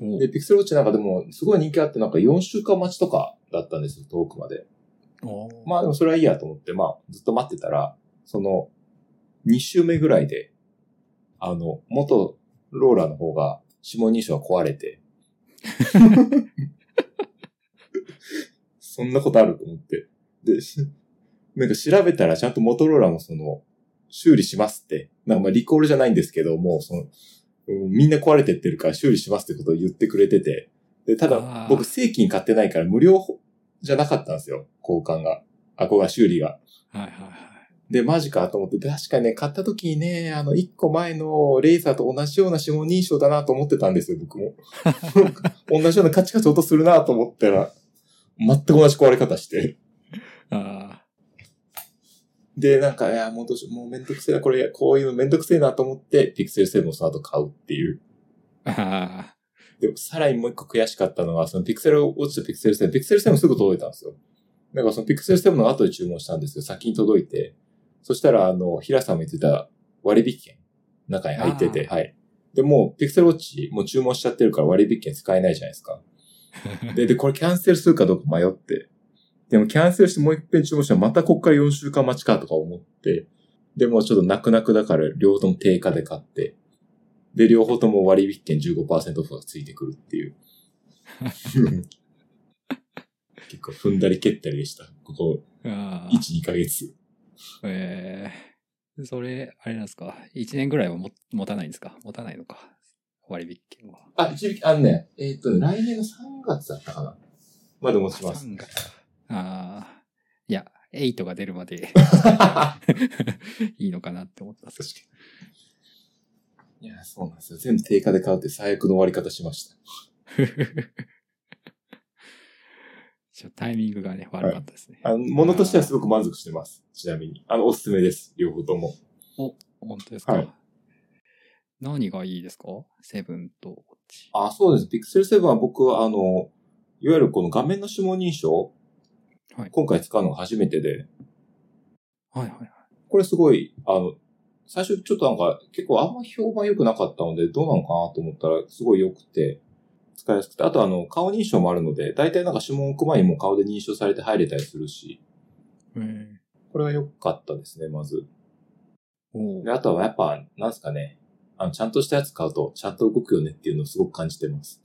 [SPEAKER 1] ー、お
[SPEAKER 2] で、
[SPEAKER 1] ー
[SPEAKER 2] ピクセルウォッチなんかでも、すごい人気あって、なんか4週間待ちとかだったんですよ、遠くまで。
[SPEAKER 1] おー
[SPEAKER 2] まあでもそれはいいやと思って、まあずっと待ってたら、その、2週目ぐらいで、あの、元ローラの方が指紋認証が壊れて、そんなことあると思って。で、 しなんか調べたらちゃんとモトローラもその、修理しますって、なんかまあリコールじゃないんですけど、もうその、うんみんな壊れてってるから修理しますってことを言ってくれてて、で、ただ
[SPEAKER 1] あー
[SPEAKER 2] 僕正規に買ってないから無料じゃなかったんですよ、交換が。あ、ここが修理が。
[SPEAKER 1] はいはいはい。
[SPEAKER 2] で、マジかと思って、確かにね、買った時にね、あの、一個前のレーザーと同じような指紋認証だなと思ってたんですよ、僕も。同じようなカチカチ音するなと思ったら、全く同じ壊れ方して。
[SPEAKER 1] あ
[SPEAKER 2] で、なんか、いや、もうどうしよう、もうめんどくせえな、これ、こういうのめんどくせえなと思って、Pixel 7をその後買うっていう。
[SPEAKER 1] ーあ
[SPEAKER 2] でも、さらにもう一個悔しかったのが、その Pixel Watch と Pixel 7、Pixel 7すぐ届いたんですよ。なんかその Pixel 7の後で注文したんですけど、先に届いて、そしたら、あの、平さんも言ってた割引券、中に入ってて、はい。で、もう Pixel Watch もう注文しちゃってるから割引券使えないじゃないですか。
[SPEAKER 1] ー
[SPEAKER 2] で、で、これキャンセルするかどうか迷って。でもキャンセルしてもう一遍注文したらまたこっから4週間待ちかとか思って。でもうちょっと泣く泣くだから両方とも定価で買って。で、両方とも割引券15%オフがついてくるって いう。結構踏んだり蹴ったりでした。ここ
[SPEAKER 1] あー。
[SPEAKER 2] 1、2ヶ月。
[SPEAKER 1] ええそれ、あれなんですか ?1 年ぐらいはも持たないんですか持たないのか割引券は。
[SPEAKER 2] あ、一匹、あのね、えっ、と、来年の3月だったかな。まで持ちます。
[SPEAKER 1] 3月。ああ。いや、8が出るまで
[SPEAKER 2] 確か
[SPEAKER 1] いいのかなって思ったんですけ
[SPEAKER 2] に。いや、そうなんですよ。全部定価で買うって最悪の終わり方しました。
[SPEAKER 1] ど。ちょっとタイミングがね、悪かったですね。
[SPEAKER 2] あの、ものとしてはすごく満足してます。ちなみに。あの、おすすめです。両方とも。
[SPEAKER 1] 本当ですか、
[SPEAKER 2] はい
[SPEAKER 1] 何がいいですかセブンとこっち。
[SPEAKER 2] あ、そうです。Pixel 7は僕は、あの、いわゆるこの画面の指紋認証、
[SPEAKER 1] はい
[SPEAKER 2] 今回使うのが初めてで、
[SPEAKER 1] はいはいはい。
[SPEAKER 2] これすごい、あの、最初ちょっとなんか、結構あんま評判良くなかったので、どうなのかなと思ったら、すごい良くて、使いやすくて。あとあの、顔認証もあるので、大体なんか指紋置く前にもう顔で認証されて入れたりするし、
[SPEAKER 1] えー、
[SPEAKER 2] これは良かったですね、まず。
[SPEAKER 1] おー
[SPEAKER 2] で、あとはやっぱ、なんすかね、あの、ちゃんとしたやつ買うと、ちゃんと動くよねっていうのをすごく感じてます。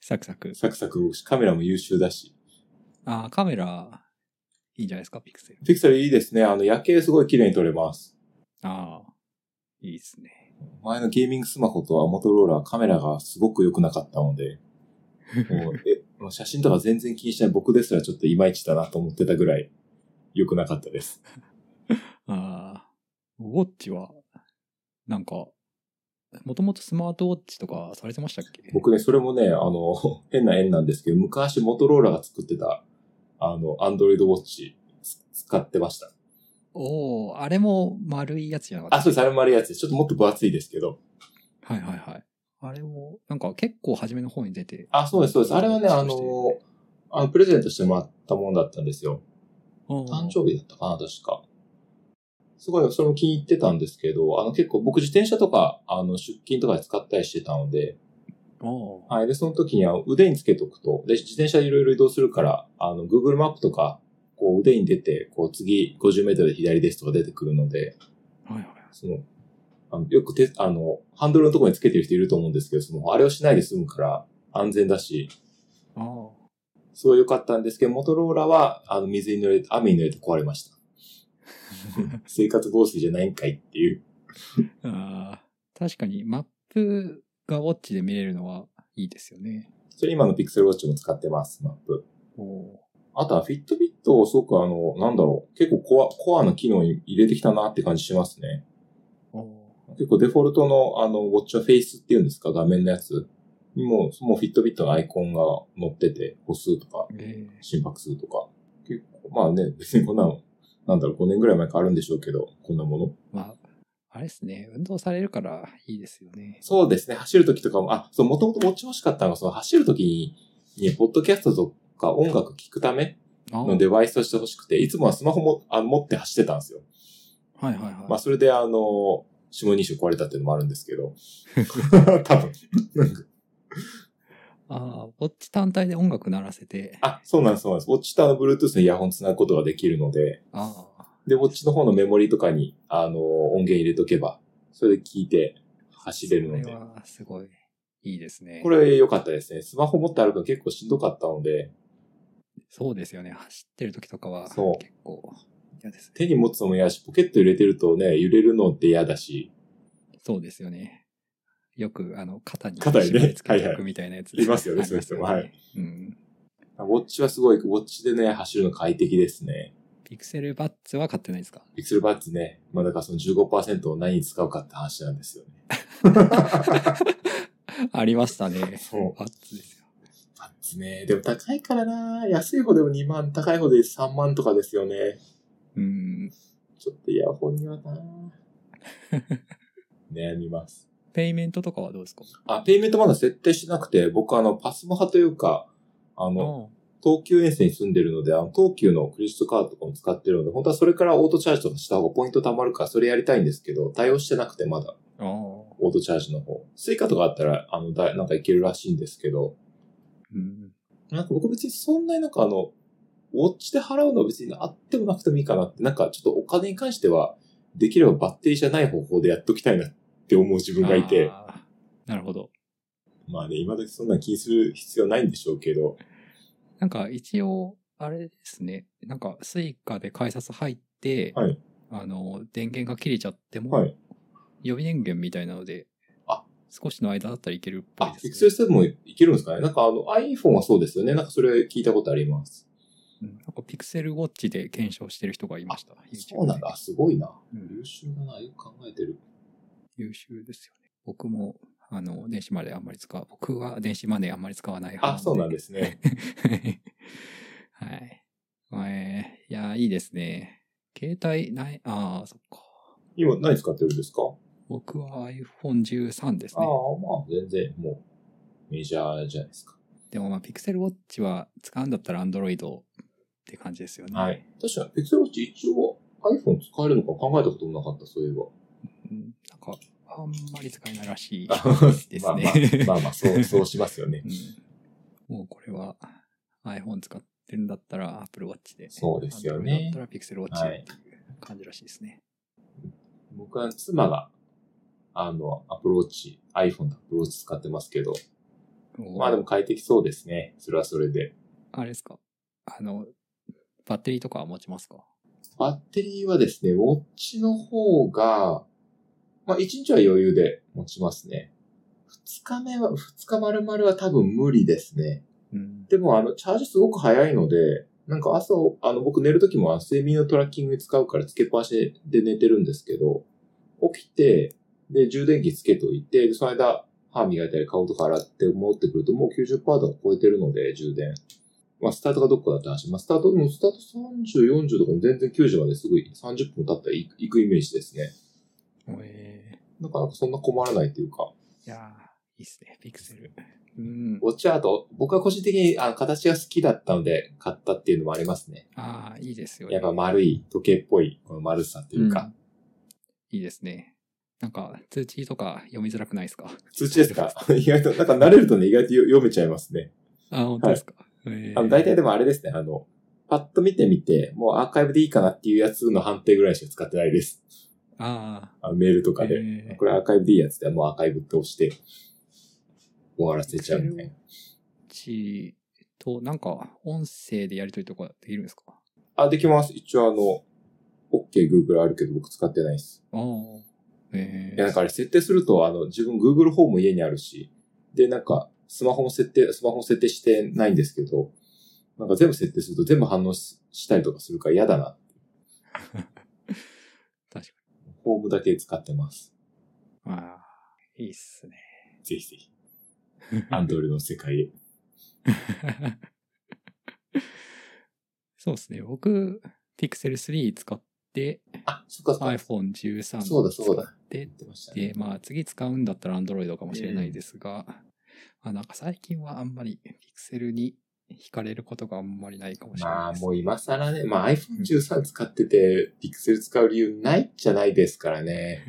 [SPEAKER 1] サクサク。
[SPEAKER 2] サクサク動くし、カメラも優秀だし。
[SPEAKER 1] ああ、カメラ、いいんじゃないですか、ピクセル。
[SPEAKER 2] ピクセルいいですね。あの、夜景すごい綺麗に撮れます。
[SPEAKER 1] ああ、いいですね。
[SPEAKER 2] 前のゲーミングスマホとアモトローラはカメラがすごく良くなかったので、もう、え、もう写真とか全然気にしない僕ですらちょっといまいちだなと思ってたぐらい良くなかったです。
[SPEAKER 1] ああ、ウォッチは、なんか、もともとスマートウォッチとかされてましたっけ
[SPEAKER 2] 僕ね、それもね、あの、 変な縁なんですけど、昔モトローラが作ってた、あの、アンドロイドウォッチ使ってました。
[SPEAKER 1] おおあれも丸いやつじゃなかった
[SPEAKER 2] あ、そうです。あれもあるやつです。ちょっともっと分厚いですけど。
[SPEAKER 1] はいはいはい。あれも、なんか結構初めの方に出て。
[SPEAKER 2] あ、そうです、そうです。あれはね、あ
[SPEAKER 1] そして
[SPEAKER 2] の、あのプレゼントしてもらったものだったんですよ。
[SPEAKER 1] おー
[SPEAKER 2] 誕生日だったかな、確か。すごい、それも気に入ってたんですけど、あの結構僕自転車とか、あの出勤とかで使ったりしてたので、
[SPEAKER 1] おー
[SPEAKER 2] はい。で、その時には腕につけとくと、で、自転車でいろいろ移動するから、あの、Google マップとか、こう腕に出て、こう次50メートルで左ですとか出てくるので、
[SPEAKER 1] はいはい。
[SPEAKER 2] その、あのよく手、あの、ハンドルのところにつけてる人いると思うんですけど、その、あれをしないで済むから安全だし、
[SPEAKER 1] ああ。
[SPEAKER 2] すごい良かったんですけど、モトローラは、あの、水に濡れて、雨に濡れて壊れました。生活防水じゃないんかいっていう。
[SPEAKER 1] あー確かにマップがウォッチで見れるのはいいですよね。
[SPEAKER 2] それ今のピクセルウォッチも使ってます、マップ。
[SPEAKER 1] おお
[SPEAKER 2] あとはフィットビットをすごくあの、なんだろう、結構コア、コアな機能に入れてきたなって感じしますね。
[SPEAKER 1] ーお
[SPEAKER 2] 結構デフォルトのあの、ウォッチはフェイスっていうんですか、画面のやつにも、もうフィットビットのアイコンが載ってて、歩数とか
[SPEAKER 1] ーえ
[SPEAKER 2] 心拍数とか。結構、まあね、別にこんなの、なんだろう、5年ぐらい前からあるんでしょうけど、こんなもの。
[SPEAKER 1] ーまあ、あれですね。運動されるからいいですよね。
[SPEAKER 2] そうですね、走るときとかも、あ、そう、もともとウォッチ欲しかったのが、その走るときに、に、ポッドキャストとか音楽聴くため
[SPEAKER 1] あー
[SPEAKER 2] のデバイスとして欲しくて、いつもはスマホもあの持って走ってたんですよ。
[SPEAKER 1] はいはいはい。
[SPEAKER 2] まあ、それで、あの、下二種壊れたっていうのもあるんで すけど。多分。
[SPEAKER 1] ああ、ウォッチ単体で音楽鳴らせて、
[SPEAKER 2] あ、そうなんです、そうなんです。ウォッチとあの、Bluetooth のイヤホンつなぐことができるので、
[SPEAKER 1] ああ、
[SPEAKER 2] で、ウォッチの方のメモリとかに、あの、音源入れとけば、それで聞いて走れるの
[SPEAKER 1] これ
[SPEAKER 2] で。
[SPEAKER 1] はすごいいいですね。
[SPEAKER 2] これ良かったですね。スマホ持って歩くの結構しんどかったので、
[SPEAKER 1] そうですよね。走ってる時とかは結
[SPEAKER 2] そう
[SPEAKER 1] 構嫌ですね。
[SPEAKER 2] 手に持つのも嫌だし、ポケット入れてるとね、揺れるのって嫌だし、
[SPEAKER 1] そうですよね。よく、あの、肩に
[SPEAKER 2] 肩にね
[SPEAKER 1] 締め付けて
[SPEAKER 2] は
[SPEAKER 1] お
[SPEAKER 2] いは
[SPEAKER 1] くみたいなやつ。
[SPEAKER 2] いますよね
[SPEAKER 1] あり
[SPEAKER 2] そういう人もはい。
[SPEAKER 1] うん。
[SPEAKER 2] ウォッチはすごい、ウォッチでね、走るの快適ですね。
[SPEAKER 1] ピクセルバッツは買ってないですか
[SPEAKER 2] ピクセルバッツね、まあだからその15%を何に使うかって話なんですよね。
[SPEAKER 1] ありましたね。
[SPEAKER 2] そう
[SPEAKER 1] バッツですよ。
[SPEAKER 2] バッツね。でも高いからな安い方でも2万、高い方で3万とかですよね。
[SPEAKER 1] うん。
[SPEAKER 2] ちょっとイヤホンにはな悩みます。
[SPEAKER 1] ペイメントとかはどうですか
[SPEAKER 2] あ、ペイメントまだ設定してなくて、僕あの、パスモ派というか、あの、
[SPEAKER 1] あ
[SPEAKER 2] 東急沿線に住んでるので、あの、東急のクレジットカードとかも使ってるので、本当はそれからオートチャージとかした方がポイント貯まるから、それやりたいんですけど、対応してなくてまだ、
[SPEAKER 1] あ。
[SPEAKER 2] オートチャージの方。スイカとかあったら、あの、だなんかいけるらしいんですけど、
[SPEAKER 1] うん。
[SPEAKER 2] なんか僕別にそんなになんかあの、ウォッチで払うのは別にあってもなくてもいいかなって、なんかちょっとお金に関しては、できればバッテリーじゃない方法でやっときたいなって思う自分がいて、
[SPEAKER 1] あー。なるほど。
[SPEAKER 2] まあね、今時そんな気にする必要ないんでしょうけど、
[SPEAKER 1] なんか一応、あれですね。なんかスイカで改札入って、
[SPEAKER 2] はい
[SPEAKER 1] あの、電源が切れちゃっても、
[SPEAKER 2] はい。
[SPEAKER 1] 予備電源みたいなので、
[SPEAKER 2] あ
[SPEAKER 1] 少しの間だったらいけるっぽい
[SPEAKER 2] あ、
[SPEAKER 1] です、ね。
[SPEAKER 2] Pixel7 もいけるんですかねなんかあの iPhone はそうですよね。なんかそれ聞いたことあります。
[SPEAKER 1] うんなんかピクセルウォッチで検証してる人がいました。
[SPEAKER 2] そうなんだ。あすごいな。
[SPEAKER 1] YouTube で。うん
[SPEAKER 2] 優秀だな。よく考えてる。
[SPEAKER 1] 優秀ですよね。僕も、あの、電子マネーあんまり使う。僕は電子マネーあんまり使わない派
[SPEAKER 2] あ、そうなん
[SPEAKER 1] で
[SPEAKER 2] ですね。
[SPEAKER 1] す。 はい。えーいやー、いいですね。携帯ない、ああ、そっか。
[SPEAKER 2] 今何使ってるんですか
[SPEAKER 1] 僕は iPhone13 です
[SPEAKER 2] ああ、
[SPEAKER 1] ね
[SPEAKER 2] ま。あ全然もうメジャーじゃないですか。
[SPEAKER 1] でもまあ、ピクセルウォッチは使うんだったら Android って感じですよね。
[SPEAKER 2] はい。確かに、ピクセルウォッチ一応 iPhone 使えるのか考えたこともなかった、そういえば。
[SPEAKER 1] うん。なんか、あんまり使えないらしいですね。
[SPEAKER 2] まあまあ、まあまあ、 そう、そうしますよね。
[SPEAKER 1] うんもうこれは iPhone 使ってるんだったら Apple Watch で。
[SPEAKER 2] そうですよ
[SPEAKER 1] Android だ
[SPEAKER 2] ね
[SPEAKER 1] ったら Pixel Watch
[SPEAKER 2] は
[SPEAKER 1] で
[SPEAKER 2] い
[SPEAKER 1] っていう感じらしいですね。
[SPEAKER 2] 僕は妻があの、アプローチ、iPhone のアプローチ使ってますけど、まあで
[SPEAKER 1] お
[SPEAKER 2] も快適そうですね。それはそれで。
[SPEAKER 1] あれですかあの、バッテリーとかは持ちますか
[SPEAKER 2] バッテリーはですね、ウォッチの方が、まあ1日は余裕で持ちますね。2日目は、2日丸々は多分無理ですね。
[SPEAKER 1] うん。
[SPEAKER 2] でもあの、チャージすごく早いので、なんか朝、あの、僕寝るときもあの睡眠のトラッキングに使うからつけっぱなしで寝てるんですけど、起きて、で、充電器つけといて、でその間、歯磨いたり顔とか洗って戻ってくるともう90%とか超えてるので、充電。まあ、スタートがどっかだって話。まあ、スタート、でもスタート30、40とかも全然90まですぐ30分経ったら行く行くイメージですね。
[SPEAKER 1] え
[SPEAKER 2] なかなかそんな困らないというか。
[SPEAKER 1] ーいやーいいっすね、ピクセル。うん。
[SPEAKER 2] ウォッチアート、僕は個人的にあの形が好きだったので買ったっていうのもありますね。
[SPEAKER 1] ああ、いいですよね。
[SPEAKER 2] やっぱ丸い、時計っぽい、この丸さというか。
[SPEAKER 1] うんいいですね。なんか、通知とか読みづらくないです か
[SPEAKER 2] 通知ですか意外と、なんか慣れるとね、意外と読めちゃいますね。
[SPEAKER 1] あ、本当ですか。えー
[SPEAKER 2] あの、大体でもあれですね、あの、パッと見てみて、もうアーカイブでいいかなっていうやつの判定ぐらいしか使ってないです。
[SPEAKER 1] あ
[SPEAKER 2] あのメールと
[SPEAKER 1] あ、
[SPEAKER 2] かで。
[SPEAKER 1] えー
[SPEAKER 2] これアーカイブでいいやつで、もうアーカイブって押して、終わらせちゃうみたいな。
[SPEAKER 1] ちと、なんか、音声でやりとりとかできるんですか
[SPEAKER 2] あ、できます。一応あの、OK、Google あるけど僕使ってないです。
[SPEAKER 1] ああ、え
[SPEAKER 2] いや、なん
[SPEAKER 1] ー、
[SPEAKER 2] かあれ設定すると、あの、自分 Google ホーム家にあるし、で、なんか、スマホも設定、スマホ設定してないんですけど、なんか全部設定すると全部反応ししたりとかするから嫌だな。
[SPEAKER 1] 確か
[SPEAKER 2] ホームだけ使ってます。
[SPEAKER 1] に。ああ、いいっすね。
[SPEAKER 2] ぜひぜひ。アンドロイドの世界へ。
[SPEAKER 1] そうですね。僕、Pixel 3使って、
[SPEAKER 2] あ、そっかそっか。
[SPEAKER 1] iPhone13 使って、
[SPEAKER 2] そうだそうだ
[SPEAKER 1] で
[SPEAKER 2] 言ってましたね
[SPEAKER 1] で、まあ次使うんだったら Android かもしれないですが、まあなんか最近はあんまり Pixel に惹かれることがあんまりないかもしれ
[SPEAKER 2] ま
[SPEAKER 1] な
[SPEAKER 2] あ
[SPEAKER 1] いです。
[SPEAKER 2] もう今更ね、まあ iPhone13 使ってて、Pixel 使う理由ないじゃないですからね。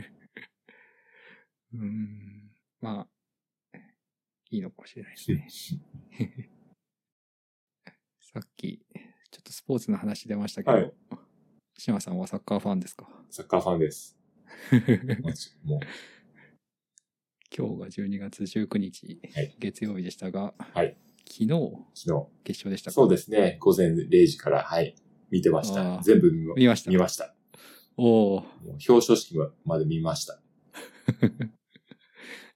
[SPEAKER 1] うーん。まあ、いいのかもしれないですね。さっき、ちょっとスポーツの話出ましたけど、
[SPEAKER 2] はい
[SPEAKER 1] 志麻さんはサッカーファンですか
[SPEAKER 2] サッカーファンです。
[SPEAKER 1] 今
[SPEAKER 2] マジも
[SPEAKER 1] 日が12月19日、
[SPEAKER 2] はい
[SPEAKER 1] 月曜日でしたが、
[SPEAKER 2] はい
[SPEAKER 1] 昨日、
[SPEAKER 2] う、昨
[SPEAKER 1] 決勝でした
[SPEAKER 2] 日。
[SPEAKER 1] か
[SPEAKER 2] そうですね、午前0時から、はい、見てまし
[SPEAKER 1] あ
[SPEAKER 2] た。
[SPEAKER 1] ー
[SPEAKER 2] 全部見ま
[SPEAKER 1] 見ました。
[SPEAKER 2] 見ました。
[SPEAKER 1] おお。
[SPEAKER 2] もう表彰式まで見ました。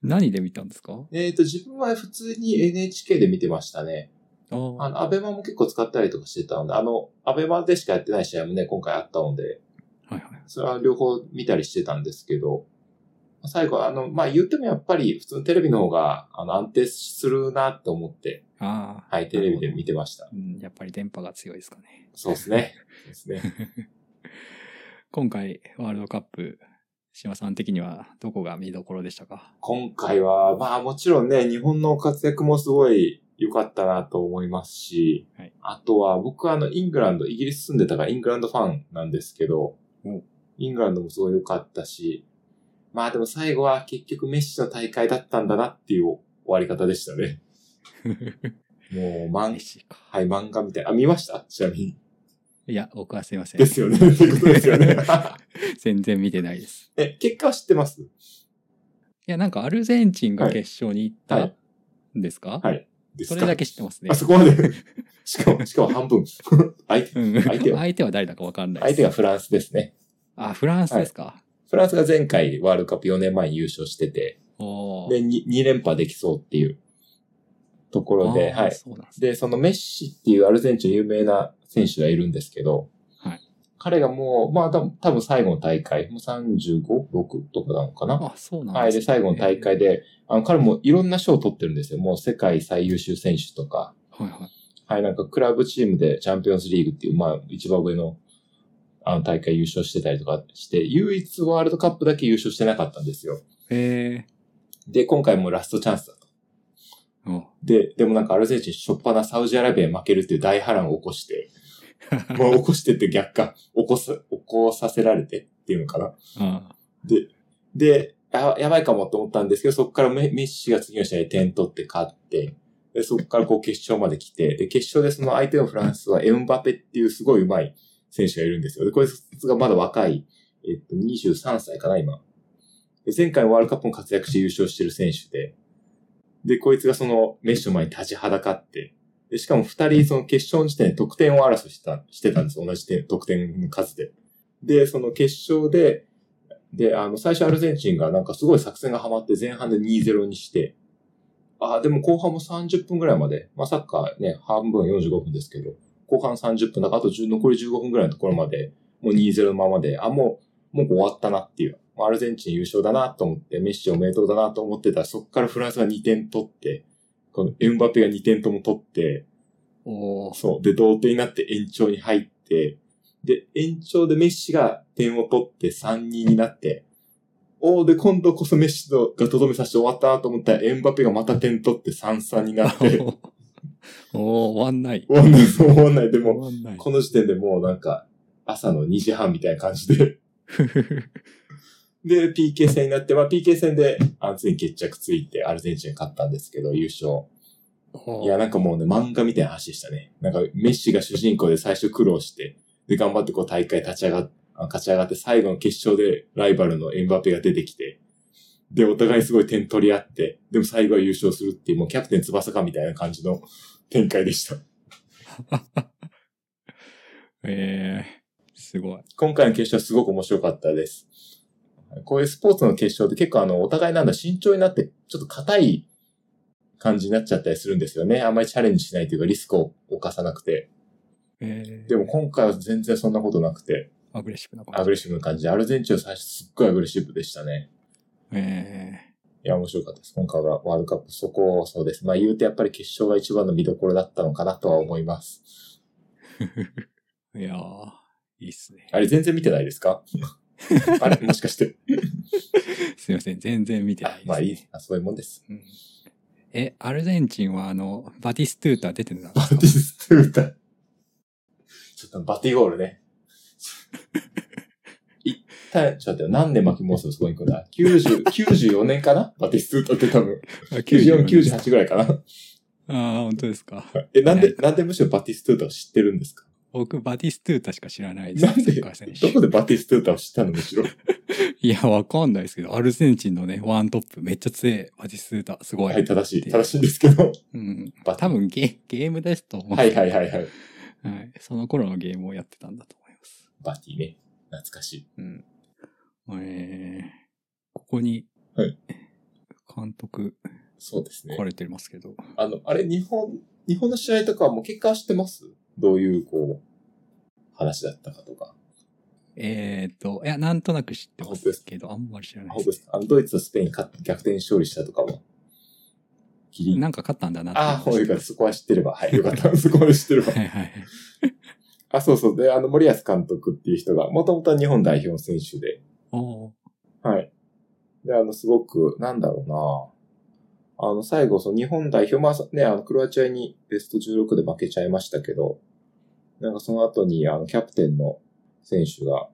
[SPEAKER 1] 何で見たんですか
[SPEAKER 2] えっ、と、自分は普通に NHK で見てましたね。
[SPEAKER 1] あー
[SPEAKER 2] あの、アベマも結構使ったりとかしてたので、あの、アベマでしかやってない試合もね、今回あったので、
[SPEAKER 1] はいはい。
[SPEAKER 2] それは両方見たりしてたんですけど、最後、あの、まあ、言ってもやっぱり普通のテレビの方が、あの、安定するなと思って、
[SPEAKER 1] ああ。
[SPEAKER 2] はい、テレビで見てました。
[SPEAKER 1] うん、やっぱり電波が強いですかね。
[SPEAKER 2] そうですね。そうですね。
[SPEAKER 1] 今回、ワールドカップ、島さん的にはどこが見どころでした か
[SPEAKER 2] 今回は、まあもちろんね、日本の活躍もすごい良かったなと思いますし、
[SPEAKER 1] はい
[SPEAKER 2] あとは僕はあの、イングランド、イギリス住んでたからイングランドファンなんですけど
[SPEAKER 1] うん、
[SPEAKER 2] イングランドもすごい良かったし、まあでも最後は結局メッシの大会だったんだなっていう終わり方でしたね。もう漫
[SPEAKER 1] 嬉、しいか。
[SPEAKER 2] はい、漫画みたいな。あ、見ましたちなみに。
[SPEAKER 1] いや、僕はすいません。
[SPEAKER 2] ですよね。ということです よね。
[SPEAKER 1] 全然見てないです。
[SPEAKER 2] え、結果は知ってます
[SPEAKER 1] いや、なんかアルゼンチンが
[SPEAKER 2] はい
[SPEAKER 1] 決勝に行った
[SPEAKER 2] はい
[SPEAKER 1] んですか、
[SPEAKER 2] はいです
[SPEAKER 1] そ
[SPEAKER 2] か
[SPEAKER 1] れだけ知ってますね
[SPEAKER 2] あ。そこまで。しかも、しかも半分。 相手、
[SPEAKER 1] うん
[SPEAKER 2] 相手は
[SPEAKER 1] 相手は誰だかわかんない
[SPEAKER 2] 相
[SPEAKER 1] です。
[SPEAKER 2] 手がフランスですね。
[SPEAKER 1] あ、フランスですか。
[SPEAKER 2] フランスが前回ワールドカップ4年前に優勝してて、
[SPEAKER 1] おー
[SPEAKER 2] で、2, 連覇できそうっていうところで、
[SPEAKER 1] あー
[SPEAKER 2] はい。
[SPEAKER 1] そうなんですね。
[SPEAKER 2] で、そのメッシっていうアルゼンチンの有名な選手がいるんですけど、
[SPEAKER 1] はい
[SPEAKER 2] 彼がもう、まあ多分多分最後の大会、もう35、6とかなのかな。
[SPEAKER 1] あ、そうな
[SPEAKER 2] は
[SPEAKER 1] んで
[SPEAKER 2] い。
[SPEAKER 1] す、
[SPEAKER 2] で、最後の大会
[SPEAKER 1] で。
[SPEAKER 2] で、あの、彼もいろんな賞を取ってるんですよ。もう世界最優秀選手とか、
[SPEAKER 1] はいはい。
[SPEAKER 2] はい、なんかクラブチームでチャンピオンズリーグっていう、まあ、一番上のあの大会優勝してたりとかして、唯一ワールドカップだけ優勝してなかったんですよ。
[SPEAKER 1] え
[SPEAKER 2] で、今回もラストチャンスだと。
[SPEAKER 1] ー、お
[SPEAKER 2] で、でもなんかアルゼンチンしょっぱなサウジアラビアに負けるっていう大波乱を起こして、まあ起こしてって逆か、起こす、起こさせられてっていうのかな。
[SPEAKER 1] あ
[SPEAKER 2] で、ややばいかもと思ったんですけど、そこからメメッシが次の試合で点取って勝って、でそこからこう決勝まで来て、で、決勝でその相手のフランスはエムバペっていうすごい上手い選手がいるんですよ。で、こいつがまだ若い、えっと、23歳かな、今。で前回ワールドカップも活躍して優勝してる選手で、で、こいつがそのメッシの前に立ちはだかって、で、しかも二人その決勝の時点で得点を争いしてた、してたんです。同じ点得点の数で。で、その決勝で、で、あの、最初アルゼンチンがなんかすごい作戦がハマって前半で2-0にして、ああ、でも後半も30分ぐらいまで、まあサッカーね、半分45分ですけど、後半30分だからあと10残り15分ぐらいのところまで、もう2-0のままで、あ、もう、もう終わったなっていう。まあアルゼンチン優勝だなと思って、メッシおめでとうだなと思ってたら、そこからフランスが2点取って、このエムバペが2点とも取って、
[SPEAKER 1] おお
[SPEAKER 2] そう。で、同点になって延長に入って、で、延長でメッシが点を取って3-2になって、おーで、今度こそメッシとがとどめさせて終わったなと思ったら、エムバペがまた点取って3-3になって、
[SPEAKER 1] お
[SPEAKER 2] 終
[SPEAKER 1] お終わんない。
[SPEAKER 2] わんない、終わんない。でも、
[SPEAKER 1] わんない。
[SPEAKER 2] この時点でもうなんか、朝の2時半みたいな感じで。で、PK 戦になって、まあ PK 戦で、あの、ついに決着ついて、アルゼンチンが勝ったんですけど、優勝。
[SPEAKER 1] お
[SPEAKER 2] いや、なんかもうね、漫画みたいな話でしたね。なんか、メッシが主人公で最初苦労して、で、頑張ってこう大会立ち上がっ、あ勝ち上がって、最後の決勝でライバルのエンバペが出てきて、で、お互いすごい点取り合って、でも最後は優勝するっていう、もうキャプテン翼かみたいな感じの展開でした。
[SPEAKER 1] えー、すごい。
[SPEAKER 2] 今回の決勝はすごく面白かったです。こういうスポーツの決勝って結構あの、お互いなんだ、慎重になって、ちょっと硬い感じになっちゃったりするんですよね。あんまりチャレンジしないというか、リスクを犯さなくて。
[SPEAKER 1] え
[SPEAKER 2] でも今回は全然そんなことなくて、
[SPEAKER 1] ー、アグレッシブな
[SPEAKER 2] ア
[SPEAKER 1] 感
[SPEAKER 2] グ
[SPEAKER 1] じ。
[SPEAKER 2] レッシブな感じで、アルゼンチンは最初すっごいアグレッシブでしたね。
[SPEAKER 1] え
[SPEAKER 2] いや、面白かったです。今回はワールドカップ、そこをそうです。まあ言うてやっぱり決勝が一番の見どころだったのかなとは思います。
[SPEAKER 1] ー、いやー、いいっすね。
[SPEAKER 2] あれ全然見てないで すかあれもしかして。
[SPEAKER 1] すいません、全然見てない
[SPEAKER 2] あ
[SPEAKER 1] です、
[SPEAKER 2] まあいい。あ、そういうもんです。
[SPEAKER 1] うんえ、アルゼンチンはあの、バティストゥータ出てるな。
[SPEAKER 2] バティストゥータ。ちょっとバティゴー ルね。一体、ちょっと待ってよ、何年巻き戻すのそこに行くんだ ?90、94年かなバティストゥータって多分。94、98ぐらいかな。
[SPEAKER 1] ああー、本当ですか。
[SPEAKER 2] え、なんで、なんでむしろバティストゥータを知ってるんですか
[SPEAKER 1] 僕、バティストゥータしか知らないです。
[SPEAKER 2] なんで、
[SPEAKER 1] サッカー選
[SPEAKER 2] どこでバティストゥータを知ったのむしろ。
[SPEAKER 1] 手いや、わかんないですけど、アルゼンチンのね、ワントップ、めっちゃ強い、バティストゥータ、すごい。
[SPEAKER 2] はい、正しい。正しいんですけ ど。
[SPEAKER 1] うん。
[SPEAKER 2] バ
[SPEAKER 1] 多分ゲ、ゲームですと思う。
[SPEAKER 2] はいはいはいはい。
[SPEAKER 1] はい。その頃のゲームをやってたんだと思います。
[SPEAKER 2] バティね。懐かしい。
[SPEAKER 1] うん。えー、ここに、
[SPEAKER 2] はい
[SPEAKER 1] 監督、
[SPEAKER 2] そうですね
[SPEAKER 1] 書か。れてますけど、
[SPEAKER 2] あの、あれ、日本、日本の試合とかはもう結果は知ってますどういう、こう、話だったかとか。
[SPEAKER 1] えーと、いや、なんとなく知ってま
[SPEAKER 2] 本当です
[SPEAKER 1] すけど、あんまり知らない
[SPEAKER 2] 本
[SPEAKER 1] で。
[SPEAKER 2] 当ですすかあの、ドイツとスペイン勝っ逆転勝利したとかも。キリン。
[SPEAKER 1] なんか勝ったんだなって
[SPEAKER 2] ああ、そういう
[SPEAKER 1] か
[SPEAKER 2] か、そこは知ってれば。はい、よかった。そこまで知って れば
[SPEAKER 1] は。いはい。
[SPEAKER 2] あ、そうそう。で、あの、森保監督っていう人が、もともとは日本代表の選手で、
[SPEAKER 1] おー
[SPEAKER 2] はい。で、あの、すごく、なんだろうなあの、最後、その日本代表、まあ、ね、あの、クロアチアにベスト16で負けちゃいましたけど、なんかその後に、あの、キャプテンの選手が、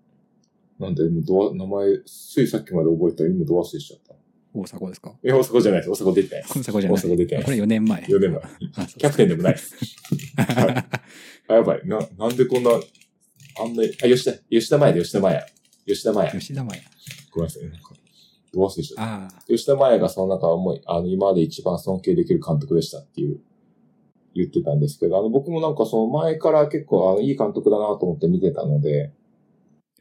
[SPEAKER 2] なんだ、今どわ、名前、ついさっきまで覚えたら今ど忘れしちゃった。
[SPEAKER 1] 大阪ですか
[SPEAKER 2] いや、大阪じゃないです。大阪出てないです。
[SPEAKER 1] 大阪じゃない
[SPEAKER 2] 大阪出てない
[SPEAKER 1] こ
[SPEAKER 2] で
[SPEAKER 1] れ
[SPEAKER 2] す。
[SPEAKER 1] 4年前。
[SPEAKER 2] 4年前。
[SPEAKER 1] あそう
[SPEAKER 2] キャプテンで もないです。はあ、やばい。な、なんでこんな、あんな、あ、吉田、吉田麻也だ、吉田麻也。吉田麻也。
[SPEAKER 1] 吉田麻也。
[SPEAKER 2] ごめんなさい。なんか、ど忘れしちゃった。
[SPEAKER 1] あ
[SPEAKER 2] 吉田麻也がその中思い、あの、今まで一番尊敬できる監督でしたっていう、言ってたんですけど、あの、僕もなんかその前から結構、あの、いい監督だなと思って見てたので、
[SPEAKER 1] あ。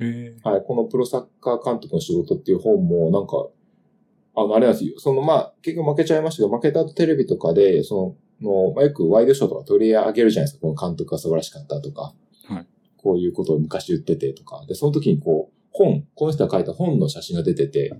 [SPEAKER 1] え
[SPEAKER 2] はい、このプロサッカー監督の仕事っていう本も、なんか、あの、あれなんですよ。その、まあ、結局負けちゃいましたけど、負けた後テレビとかで、その、のまあ、よくワイドショーとか取り上げるじゃないですか。この監督が素晴らしかったとか、
[SPEAKER 1] はい
[SPEAKER 2] こういうことを昔言っててとか。で、その時にこう、本、この人が書いた本の写真が出てて、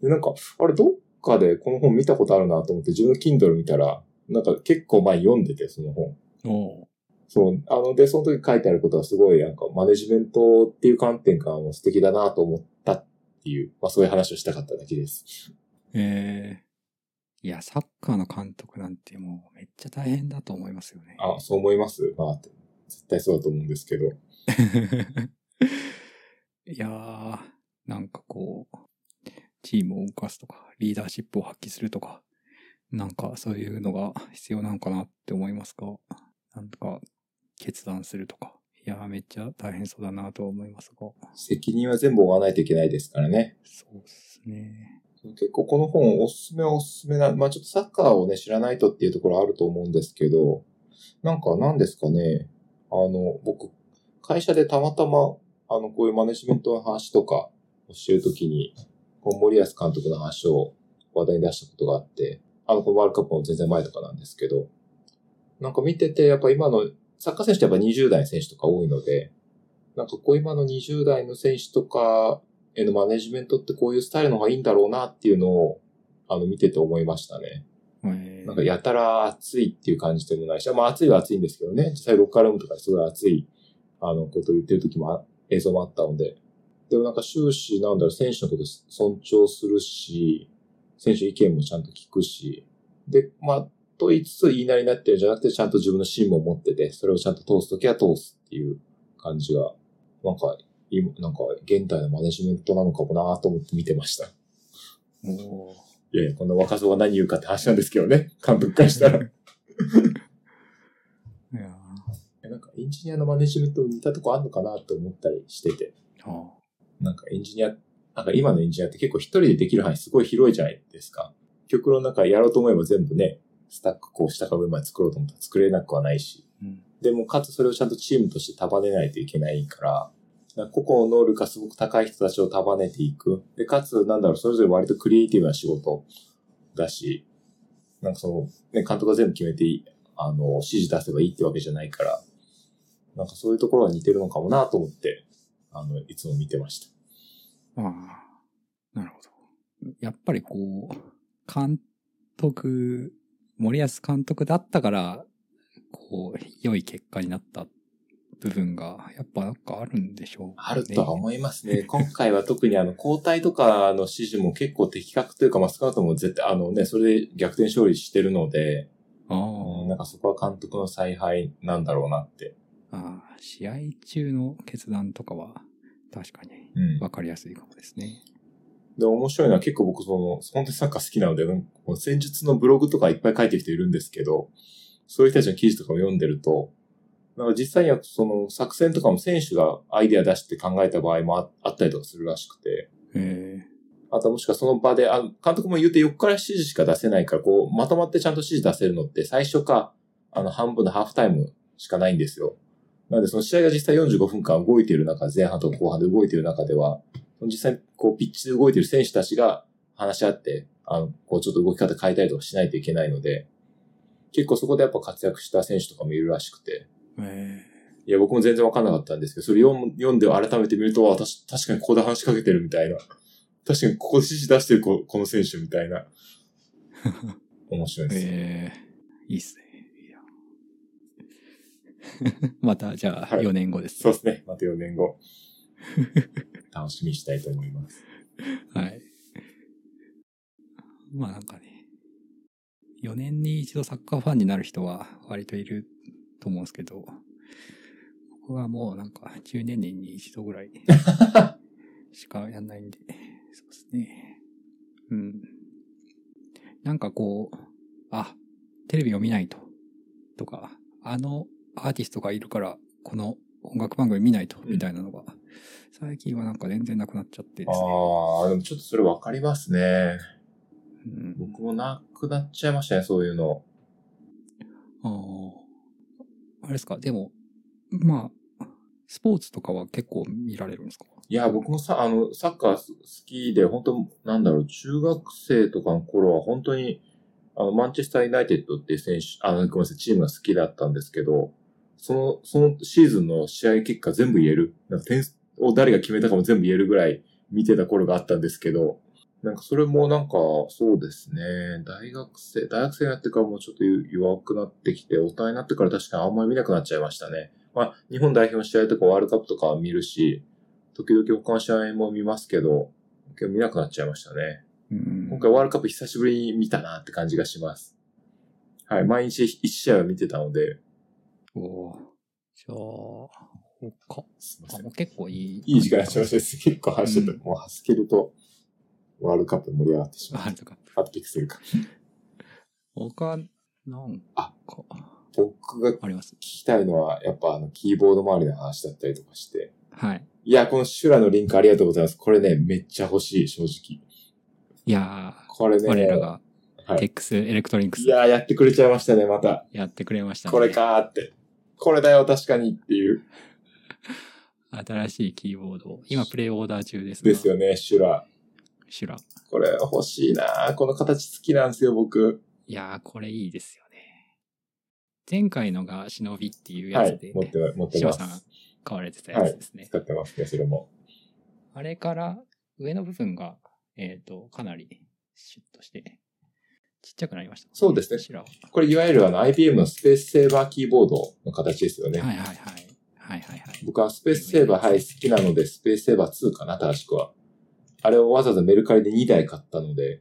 [SPEAKER 2] で、なんか、あれ、どっかでこの本見たことあるなと思って、自分の Kindle 見たら、なんか結構前読んでて、その本。
[SPEAKER 1] え。お
[SPEAKER 2] そう。あの、で、その時書いてあることはすごい、なんか、マネジメントっていう観点からも素敵だなと思ったっていう、まあそういう話をしたかっただけです。
[SPEAKER 1] ええいや、サッカーの監督なんてもうめっちゃ大変だと思いますよね。
[SPEAKER 2] あ、そう思いますまあ、絶対そうだと思うんですけど。
[SPEAKER 1] いやー、なんかこう、チームを動かすとか、リーダーシップを発揮するとか、なんかそういうのが必要なのかなって思いますが、なんとか決断するとか、いやーめっちゃ大変そうだなとは思いますが、
[SPEAKER 2] 責任は全部負わないといけないですからね。
[SPEAKER 1] そうっすね。
[SPEAKER 2] 結構この本おすすめはおすすめな、まあちょっとサッカーをね、知らないとっていうところあると思うんですけど、なんか何ですかね、あの、僕、会社でたまたま、あの、こういうマネジメントの話とかをしてるときに、こう森保監督の話を話題に出したことがあって、あの、このワールドカップの全然前とかなんですけど、なんか見てて、やっぱ今の、サッカー選手ってやっぱ20代の選手とか多いので、なんかこう今の20代の選手とかへのマネジメントってこういうスタイルの方がいいんだろうなっていうのを、あの、見てて思いましたね。
[SPEAKER 1] えー
[SPEAKER 2] なんかやたら暑いっていう感じでもないし、まあ暑いは暑いんですけどね、実際ロッカールームとかですごい暑い、あの、ことを言ってる時もあ、映像もあったので。でもなんか終始、なんだろう、選手のこと尊重するし、選手の意見もちゃんと聞くし、で、まあ、と言いつつ言いなりになってるんじゃなくて、ちゃんと自分の芯も持ってて、それをちゃんと通すときは通すっていう感じが、なんか、今、なんか、現代のマネジメントなのかもなと思って見てました。
[SPEAKER 1] おー
[SPEAKER 2] いやいや、こんな若造が何言うかって話なんですけどね、監督からしたら。
[SPEAKER 1] いやー
[SPEAKER 2] えなんかエンジニアのマネジメントに似たとこあんのかなと思ったりしてて、
[SPEAKER 1] あ
[SPEAKER 2] なんかエンジニア、なんか今のエンジニアって結構一人でできる範囲すごい広いじゃないですか。極論なんかやろうと思えば全部ね、スタックこう下から上まで作ろうと思ったら作れなくはないし、
[SPEAKER 1] うん
[SPEAKER 2] でもかつそれをちゃんとチームとして束ねないといけないから、なんか個々の能力がすごく高い人たちを束ねていく。で、かつ、なんだろう、それぞれ割とクリエイティブな仕事だし、なんかその、ね、監督が全部決めていい、あの、指示出せばいいってわけじゃないから、なんかそういうところが似てるのかもなと思って、あの、いつも見てました。
[SPEAKER 1] ああ、なるほど。やっぱりこう、監督、森保監督だったから、こう、良い結果になった部分が、やっぱなんかあるんでしょう、ね。
[SPEAKER 2] あるとは思いますね。今回は特にあの、交代とかの指示も結構的確というか、まあ、少なくとも絶対、あのね、それで逆転勝利してるので、うんなん
[SPEAKER 1] あ
[SPEAKER 2] かそこは監督の采配なんだろうなって。
[SPEAKER 1] あああ、試合中の決断とかは、確かに
[SPEAKER 2] うん。
[SPEAKER 1] 分かりやすいかもですね。
[SPEAKER 2] で、面白いのは結構僕その、本当にサッカー好きなので、うんこう戦術のブログとかいっぱい書いてる人いるんですけど、そういう人たちの記事とかを読んでると、なんか実際にはその作戦とかも選手がアイデア出して考えた場合もああったりとかするらしくて、
[SPEAKER 1] え
[SPEAKER 2] あともしくはその場で、あの監督も言うて横から指示しか出せないから、こう、まとまってちゃんと指示出せるのって最初か、あの、半分のハーフタイムしかないんですよ。なので、その試合が実際45分間動いている中、前半と後半で動いている中では、実際にこう、ピッチで動いている選手たちが話し合って、あの、こう、ちょっと動き方変えたりとかしないといけないので、結構そこでやっぱ活躍した選手とかもいるらしくて、
[SPEAKER 1] ええ
[SPEAKER 2] いや、僕も全然わかんなかったんですけど、それ読む読んで改めて見ると、あ私、確かにここで話しかけてるみたいな。確かにここで指示出してるここの選手みたい な。面白いです。
[SPEAKER 1] ええいいっすね。いや また、じゃあ、
[SPEAKER 2] はい
[SPEAKER 1] 4年後です。
[SPEAKER 2] そうですね。また4年後。楽しみにしたいと思います。
[SPEAKER 1] はい。まあなんかね、4年に一度サッカーファンになる人は割といると思うんですけど、僕はもうなんか10年に一度ぐらいしかやんないんで、そうですね。うん。なんかこう、あ、テレビを見ないと。とか、あのアーティストがいるから、この音楽番組見ないと、みたいなのが、最近はなんか全然なくなっちゃってですね。
[SPEAKER 2] ああ、でもちょっとそれわかりますね。
[SPEAKER 1] うん
[SPEAKER 2] 僕もなくなっちゃいましたね、そういうの。
[SPEAKER 1] ああ。あれですか、でも、まあ、スポーツとかは結構見られるんですか
[SPEAKER 2] いや、僕もさ、あの、サッカーす好きで、本当なんだろう、中学生とかの頃は本当に、あの、マンチェスターユナイテッドっていう選手、あの、ごめんなさい、チームが好きだったんですけど、その、そのシーズンの試合結果全部言える。なんか点数を誰が決めたかも全部言えるぐらい見てた頃があったんですけど、なんかそれもなんか、そうですね、大学生、大学生になってからもうちょっと弱くなってきて、大人になってから確かにあんまり見なくなっちゃいましたね。まあ、日本代表の試合とかワールドカップとかは見るし、時々他の試合も見ますけど、結構見なくなっちゃいましたね。
[SPEAKER 1] うん
[SPEAKER 2] 今回ワールドカップ久しぶりに見たなって感じがします。はい、毎日1試合は見てたので、
[SPEAKER 1] おーじゃあ、他
[SPEAKER 2] すいま
[SPEAKER 1] あ
[SPEAKER 2] せん
[SPEAKER 1] もう。結構いい。
[SPEAKER 2] いい時間になっちゃいましたです。結構話してた。
[SPEAKER 1] うん
[SPEAKER 2] もう、はすけると、ワールドカップ盛り上がってしま
[SPEAKER 1] ワー
[SPEAKER 2] う。
[SPEAKER 1] ルドカップ。
[SPEAKER 2] あとピクセルか。
[SPEAKER 1] 他、なんか
[SPEAKER 2] あ、僕が聞
[SPEAKER 1] あります
[SPEAKER 2] きたいのは、やっぱあの、キーボード周りの話だったりとかして。
[SPEAKER 1] はい。
[SPEAKER 2] いや、このシュラのリンクありがとうございます。これね、めっちゃ欲しい、正直。
[SPEAKER 1] いや
[SPEAKER 2] これ
[SPEAKER 1] ー、
[SPEAKER 2] ね。
[SPEAKER 1] 我らが
[SPEAKER 2] はい
[SPEAKER 1] テックスエレクトリンクス
[SPEAKER 2] いやー、やってくれちゃいましたね、また。
[SPEAKER 1] やってくれましたね。
[SPEAKER 2] これかーって。これだよ、確かにっていう。
[SPEAKER 1] 新しいキーボードを。今、プレイオーダー中ですが。
[SPEAKER 2] ですよね、シュラ。
[SPEAKER 1] シュラ。
[SPEAKER 2] これ欲しいなーこの形好きなんですよ、僕。
[SPEAKER 1] いやー、これいいですよね。前回のが忍びっていう
[SPEAKER 2] は
[SPEAKER 1] やつ
[SPEAKER 2] い
[SPEAKER 1] で、。
[SPEAKER 2] 持ってま、持って
[SPEAKER 1] シ
[SPEAKER 2] ま
[SPEAKER 1] ワさん
[SPEAKER 2] す。
[SPEAKER 1] 買われてたやつですね。
[SPEAKER 2] 使ってますね、それも。
[SPEAKER 1] あれから上の部分が、えっ、と、かなりシュッとして、ちっちゃくなりました、
[SPEAKER 2] そうですね
[SPEAKER 1] シュラは。
[SPEAKER 2] これ、いわゆるあの IBM のスペースセーバーキーボードの形ですよね。
[SPEAKER 1] はいはいはい。はいはいはい。
[SPEAKER 2] 僕はスペースセーバー、はい、好きなので、スペースセーバー2かな、正しくは。あれをわざわざメルカリで2台買ったので。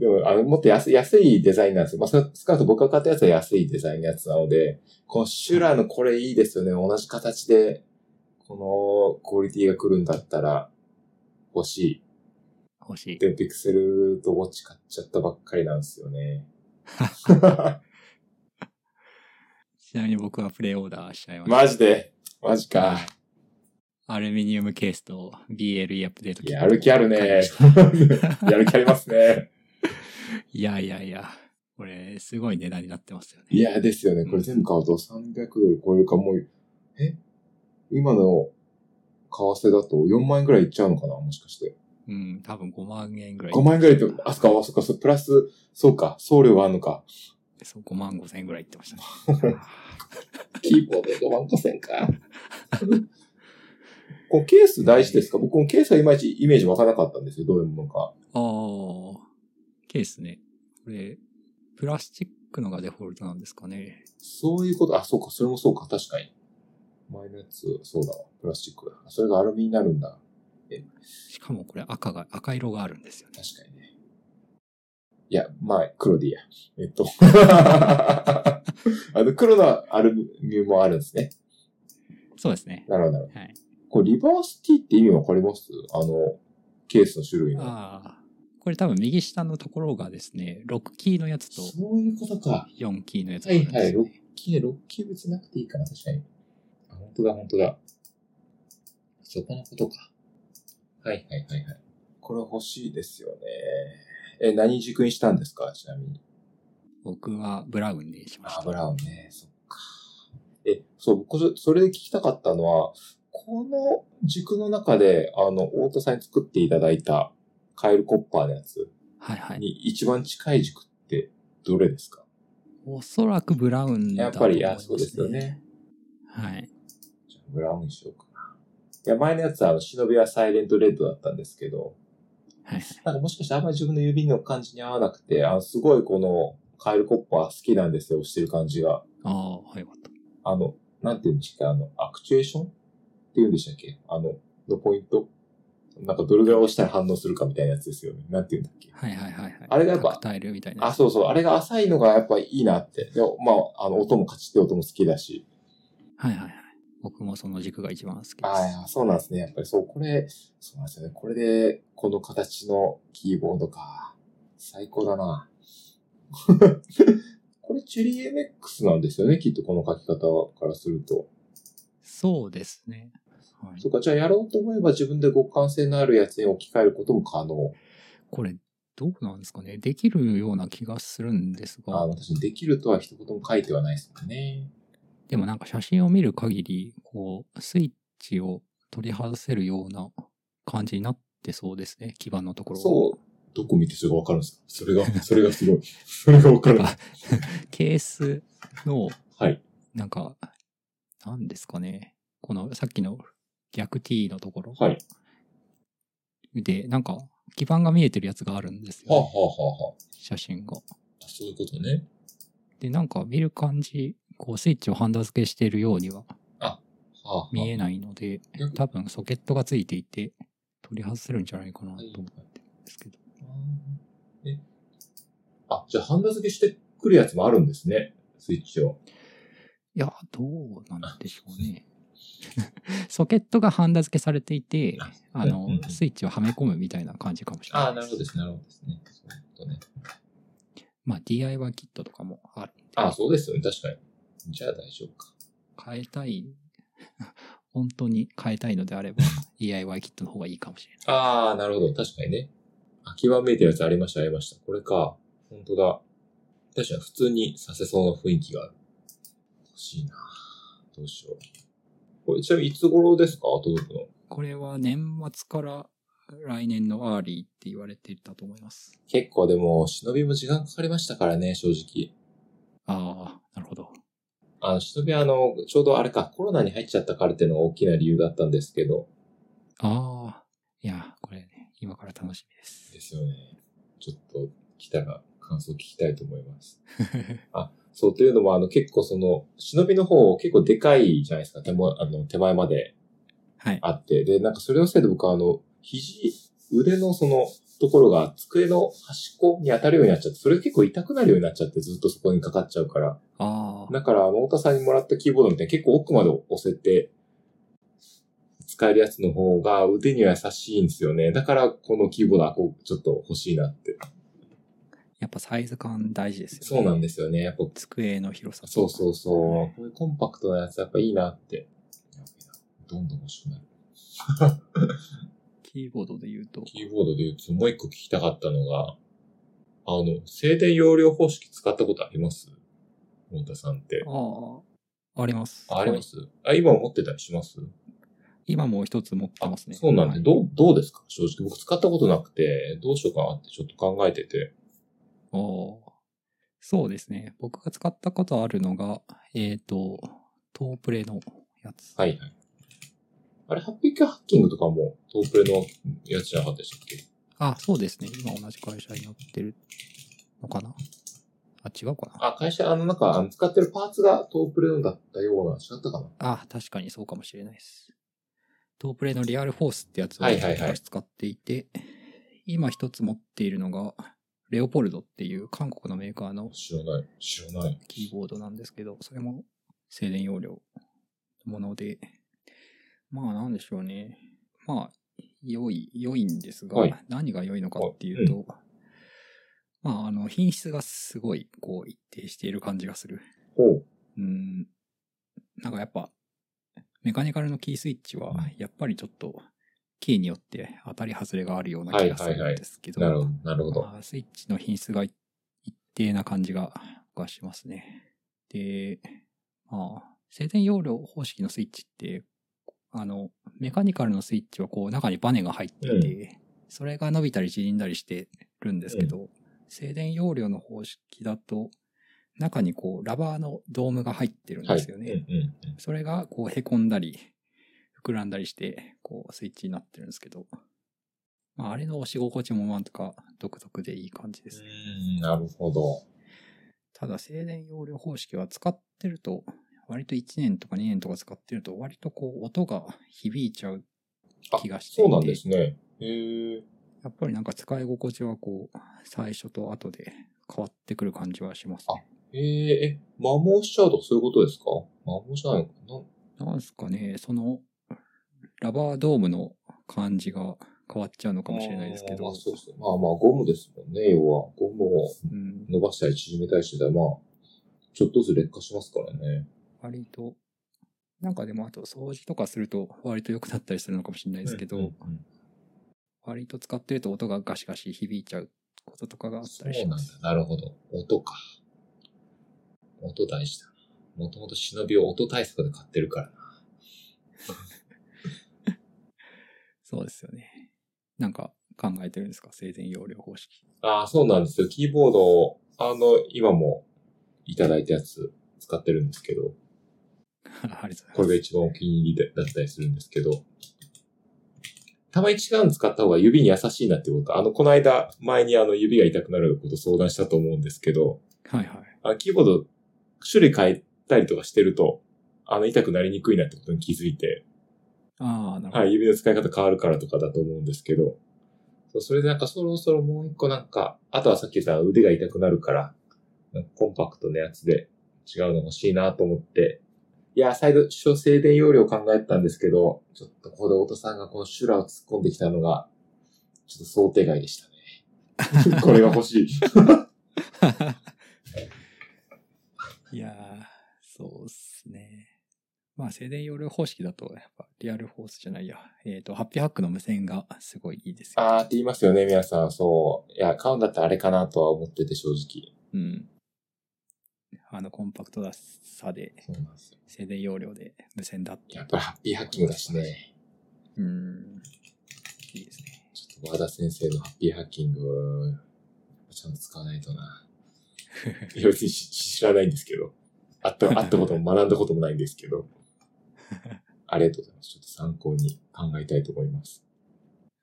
[SPEAKER 2] でも、あの、もっと安い安いデザインなんですよ。まあ、それ少なくとも僕が買ったやつは安いデザインのやつなので、このシュラーのこれいいですよね。同じ形で、このクオリティが来るんだったら欲しい。
[SPEAKER 1] 欲しい。
[SPEAKER 2] で、ピクセルとウォッチ買っちゃったばっかりなんですよね。
[SPEAKER 1] ちなみに僕はプレイオーダーしちゃいました。
[SPEAKER 2] マジでマジか。
[SPEAKER 1] アルミニウムケースと BLE アップデート
[SPEAKER 2] いややる気あ るね。やる気ありますね。
[SPEAKER 1] いやいやいや。これ、すごい値段になってますよね。
[SPEAKER 2] いや、ですよね。これ全部買うと300ドル超えるかもう、え今の為替だと4万円ぐらいいっちゃうのかなもしかして。
[SPEAKER 1] うん、多分5万円ぐらい。
[SPEAKER 2] 5万円ぐらいと、あ、そっか、あそっか、そうプラス、そうか、送料があるのか。
[SPEAKER 1] そう、5万5千円ぐらいいってましたね。
[SPEAKER 2] キーボード5万5千か。 このケース大事ですか僕、このケースはいまいちイメージわからなかったんですよ。どういうものか。
[SPEAKER 1] あー、ケースね。これ、プラスチックのがデフォルトなんですかね。
[SPEAKER 2] そういうこと、あ、そうか、それもそうか、確かに。前のやつ、そうだわ、プラスチックだ。それがアルミになるんだ。
[SPEAKER 1] しかもこれ赤が、赤色があるんですよね。
[SPEAKER 2] 確かにね。いや、まあ、黒でいいや。えっ と。あの、黒のアルミもあるんですね。
[SPEAKER 1] そうですね。
[SPEAKER 2] なるほど、なるほど。
[SPEAKER 1] はい
[SPEAKER 2] これ、リバース T って意味わかりますあの、ケースの種類の。
[SPEAKER 1] ああ。これ多分右下のところがですね、6キーのやつと
[SPEAKER 2] そういうことか。
[SPEAKER 1] 4キーのやつがあるんですよ、ね。
[SPEAKER 2] はいはいキー、ロッキー別なくていいかな、確かに。あ、本当だ、本当だ。そこのことか。はい、はい、はい、はい。これ欲しいですよね。え、何軸にしたんですかちなみに。
[SPEAKER 1] 僕はブラウンにしまし
[SPEAKER 2] あ、
[SPEAKER 1] た。
[SPEAKER 2] ブラウンね、そっか。え、そう、僕、そそれで聞きたかったのは、この軸の中で、あの、太田さんに作っていただいたカエルコッパーのやつ
[SPEAKER 1] はいはい。
[SPEAKER 2] に一番近い軸ってどれですか、
[SPEAKER 1] おそらくブラウン
[SPEAKER 2] や
[SPEAKER 1] だ
[SPEAKER 2] っ
[SPEAKER 1] と思
[SPEAKER 2] ぱ
[SPEAKER 1] います、
[SPEAKER 2] り、
[SPEAKER 1] ね。
[SPEAKER 2] あ、そうですよ。ね。
[SPEAKER 1] はい。
[SPEAKER 2] じゃあブラウンにしようかな。いや、前のやつは、あの、忍びはサイレントレッドだったんですけど、
[SPEAKER 1] はいはい。
[SPEAKER 2] なんかもしかしてあんまり自分の指の感じに合わなくて、あの、すごいこの、カエルコッパー好きなんですよ、押してる感じが。
[SPEAKER 1] ああ、はい、よかった。
[SPEAKER 2] あの、なんていうんでしたっけ、あの、アクチュエーションって言うんでしたっけあの、のポイントなんかどれぐらい押したら反応するかみたいなやつですよね。なんて言うんだっけ
[SPEAKER 1] はいはいはいはい。
[SPEAKER 2] あれがやっぱ
[SPEAKER 1] タクタイルみたいな。
[SPEAKER 2] あ、そうそう。あれが浅いのがやっぱいいなって。でもまあ、あの、音もカチって音も好きだし。
[SPEAKER 1] はいはいはい。僕もその軸が一番好きです。
[SPEAKER 2] ああ、そうなんですね。やっぱりそう、これ、そうなんですよね。これで、この形のキーボードか。最高だな。これ、チュリー MX なんですよね。きっとこの書き方からすると。
[SPEAKER 1] そうですね。はい
[SPEAKER 2] そうか、じゃあやろうと思えば自分で互換性のあるやつに置き換えることも可能。
[SPEAKER 1] これ、どうなんですかねできるような気がするんです
[SPEAKER 2] あ
[SPEAKER 1] が、
[SPEAKER 2] あ私できるとは一言も書いてはないですもんね。
[SPEAKER 1] でもなんか写真を見る限り、こう、スイッチを取り外せるような感じになってそうですね。基盤のところ。
[SPEAKER 2] そう。どこ見てそれがわかるんですかそれが、それがすごい。 それがわかる
[SPEAKER 1] なんかケースの、
[SPEAKER 2] はい。
[SPEAKER 1] なんか、なんですかね。このさっきの逆 T のところ。
[SPEAKER 2] はい。
[SPEAKER 1] で、なんか、基盤が見えてるやつがあるんですよ、
[SPEAKER 2] はあ、はあ
[SPEAKER 1] ね。
[SPEAKER 2] はあは
[SPEAKER 1] 写真が。
[SPEAKER 2] あ、そういうことね。
[SPEAKER 1] で、なんか見る感じ、こうスイッチをハンダ付けしているようには
[SPEAKER 2] はあ、はあ。
[SPEAKER 1] 見えないので
[SPEAKER 2] あ逆、
[SPEAKER 1] 多分ソケットがついていて、取り外せるんじゃないかなと思ってるんですけど。
[SPEAKER 2] あーえあ、じゃあハンダ付けしてくるやつもあるんですね。スイッチを。
[SPEAKER 1] いや、どうなんでしょう ね。ソケットがハンダ付けされていて、あの
[SPEAKER 2] うんうんう、ん
[SPEAKER 1] スイッチをはめ込むみたいな感じかもしれない。
[SPEAKER 2] すね、なるほどですね。そういうことね。
[SPEAKER 1] まあ、DIY キットとかもあるんで、
[SPEAKER 2] ああ、そうですよね、確かに。じゃあ大丈夫か。
[SPEAKER 1] 変えたい。 本当に変えたいのであ れば、DIY キットの方がいいかもしれない。
[SPEAKER 2] ああ、なるほど。確かにね。あ、極めいてるやつありました、ありました。これか。本当だ。確かに普通にさせそうな雰囲気がある。欲しいなどうしよう。これ、ちなみにいつ頃ですか届くの。
[SPEAKER 1] これは年末から来年のアーリーって言われてたと思います。
[SPEAKER 2] 結構でも、忍びも時間かかりましたからね、正直。
[SPEAKER 1] ああ、なるほど。
[SPEAKER 2] あの、忍びはあの、ちょうどあれか、コロナに入っちゃったからっていうのが大きな理由だったんですけど。
[SPEAKER 1] ああ、いや、これね、今から楽しみです。
[SPEAKER 2] ですよね。ちょっと、来たら感想聞きたいと思います。 そう、というのも、あの、結構その、忍びの方、結構でかいじゃないですか。手も、あの、手前まで
[SPEAKER 1] はい。
[SPEAKER 2] あって。で、なんかそれのせいで僕は、あの、肘、腕のその、ところが机の端っこに当たるようになっちゃって、それ結構痛くなるようになっちゃって、ずっとそこにかかっちゃうから。
[SPEAKER 1] ああ、
[SPEAKER 2] だから、あの、太田さんにもらったキーボードみたいに結構奥まで押せて、使えるやつの方が腕には優しいんですよね。だから、このキーボードはこうちょっと欲しいなって。
[SPEAKER 1] やっぱサイズ感大事ですよね。
[SPEAKER 2] そうなんですよね。やっぱ
[SPEAKER 1] 机の広さと
[SPEAKER 2] そうそうそう。こういうコンパクトなやつやっぱいいなって。どんどん欲しくなる。
[SPEAKER 1] キーボードで言うと、
[SPEAKER 2] キーボードで言うと、もう一個聞きたかったのが、あの、静電容量方式使ったことあります太田さんって。
[SPEAKER 1] ああ、あります。
[SPEAKER 2] あありますあ、今持ってたりします
[SPEAKER 1] 今もう一つ持って
[SPEAKER 2] あ、
[SPEAKER 1] ますね。
[SPEAKER 2] そうなん
[SPEAKER 1] は
[SPEAKER 2] で、
[SPEAKER 1] い
[SPEAKER 2] どう、どうですか正直。僕使ったことなくて、どうしようかなってちょっと考えてて。
[SPEAKER 1] おーそうですね。僕が使ったことあるのが、えっ、と、トープレのやつ。
[SPEAKER 2] はいはい。あれ、ハッピーキャハッキングとかも、トープレのやつじゃなかったでしたっけ
[SPEAKER 1] あ、そうですね。今同じ会社になってるのかなあ、違うかな
[SPEAKER 2] あ、会社、あの、なんか、あの使ってるパーツがトープレのだったような、違ったかな
[SPEAKER 1] あ、確かにそうかもしれないです。トープレのリアルフォースってやつを
[SPEAKER 2] はいはいはい
[SPEAKER 1] 私使っていて、今一つ持っているのが、レオポルドっていう韓国のメーカーの
[SPEAKER 2] 知らない。知らない。
[SPEAKER 1] キーボードなんですけど、それも静電容量のもので、まあなんでしょうね。まあ、良い、良いんですが、
[SPEAKER 2] はい
[SPEAKER 1] 何が良いのかっていうと、まああの、品質がすごい、こう、一定している感じがする。
[SPEAKER 2] ほう。
[SPEAKER 1] うん。なんかやっぱ、メカニカルのキースイッチは、やっぱりちょっと、キーによって当たり外れがあるような気がするんですけど、
[SPEAKER 2] なるほど、なるほど。
[SPEAKER 1] まあ、スイッチの品質が一定な感じが僕はしますね。で、まあ、静電容量方式のスイッチって、あの、メカニカルのスイッチはこう中にバネが入っていて、それが伸びたり縮んだりしてるんですけど、静電容量の方式だと、中にこうラバーのドームが入ってるん
[SPEAKER 2] は
[SPEAKER 1] で
[SPEAKER 2] い。
[SPEAKER 1] すよね。
[SPEAKER 2] うんうんうん。
[SPEAKER 1] それがこう凹んだり、膨らんだりして、こうスイッチになってるんですけど、まあ、あれの押し心地もなんとか独特でいい感じですね。
[SPEAKER 2] うーんなるほど。
[SPEAKER 1] ただ、静電容量方式は使ってると、割と1年とか2年とか使ってると、割とこう音が響いちゃう
[SPEAKER 2] あ
[SPEAKER 1] 気がしてい
[SPEAKER 2] そ
[SPEAKER 1] て、
[SPEAKER 2] うなんですね。へえ。
[SPEAKER 1] やっぱりなんか使い心地はこう、最初と後で変わってくる感じはしますね。
[SPEAKER 2] へえ、え、摩耗しちゃうとかそういうことですか摩耗しないのかな
[SPEAKER 1] なんすかね、その、ラバードームの感じが変わっちゃうのかもしれないですけ
[SPEAKER 2] ま
[SPEAKER 1] ど
[SPEAKER 2] あ、そうそう。まあまあ、ゴムですもんね、要は。ゴムを
[SPEAKER 1] うん、
[SPEAKER 2] 伸ばしたり縮めたりしてたら、まあ、ちょっとずつ劣化しますからね。
[SPEAKER 1] 割と、なんかでもあと掃除とかすると割と良くなったりするのかもしれないですけど、
[SPEAKER 2] うんうんうん
[SPEAKER 1] 割と使ってると音がガシガシ響いちゃうこととかがあったり
[SPEAKER 2] そ
[SPEAKER 1] し
[SPEAKER 2] うな
[SPEAKER 1] ま
[SPEAKER 2] ん
[SPEAKER 1] す。
[SPEAKER 2] だ。なるほど。音か。音大事だな。もともと忍びを音対策で買ってるからな。
[SPEAKER 1] そうですよね。なんか考えてるんですか生前容量方式。
[SPEAKER 2] ああ、そうなんですよ。キーボードを、あの、今もいただいたやつ使ってるんですけど、
[SPEAKER 1] ありがとう
[SPEAKER 2] こ
[SPEAKER 1] ご
[SPEAKER 2] れ
[SPEAKER 1] ざい
[SPEAKER 2] が
[SPEAKER 1] ます。
[SPEAKER 2] 一番お気に入りだったりするんですけど、たまに違うの使った方が指に優しいなってこと、あの、この間、前にあの、指が痛くなること相談したと思うんですけど、
[SPEAKER 1] はいはい。
[SPEAKER 2] あキーボード、種類変えたりとかしてると、あの、痛くなりにくいなってことに気づいて、
[SPEAKER 1] ああ、なるほど。
[SPEAKER 2] はい、指の使い方変わるからとかだと思うんですけど、そうそれでなんかそろそろもう一個なんか、あとはさっき言った腕が痛くなるから、なんかコンパクトなやつで違うの欲しいなと思って、いや、最初静電容量考えてたんですけど、ちょっとここで太田さんがこの修羅を突っ込んできたのが、ちょっと想定外でしたね。これが欲しい。
[SPEAKER 1] いやー、そうっすね。まあ、静電容量方式だと、やっぱ、リアルフォースじゃないや。えっ、と、ハッピーハックの無線がすごいいいですよ、
[SPEAKER 2] あーって言いますよね、皆さん。そう。いや、買うんだったらあれかなとは思ってて、正直。
[SPEAKER 1] うん。あの、コンパクトなさで、
[SPEAKER 2] そうなんですよ。
[SPEAKER 1] 静電容量で無線だって。
[SPEAKER 2] やっぱりハッピーハッキングだしね。
[SPEAKER 1] うん。いいですね。
[SPEAKER 2] ちょっと和田先生のハッピーハッキングをちゃんと使わないとな。いや別にし知らないんですけど。あった、あったことも学んだこともないんですけど。ありがとうございます。ちょっと参考に考えたいと思います。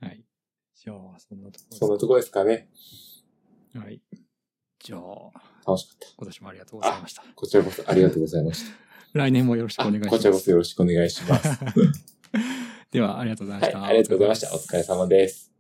[SPEAKER 1] はい。じゃあ、そんなところです
[SPEAKER 2] そんなところですかね。
[SPEAKER 1] はい。じゃあ、
[SPEAKER 2] 楽しかっ
[SPEAKER 1] 今年もありがとうございました。
[SPEAKER 2] た。こちらこ そありがとうございました。
[SPEAKER 1] 来年もよろしくお
[SPEAKER 2] あ
[SPEAKER 1] 願いします。
[SPEAKER 2] こちらこそよろしくお願いします。
[SPEAKER 1] では、ありがとうございま
[SPEAKER 2] は
[SPEAKER 1] し
[SPEAKER 2] い、
[SPEAKER 1] た。
[SPEAKER 2] ありがとうございました。お疲れ様です。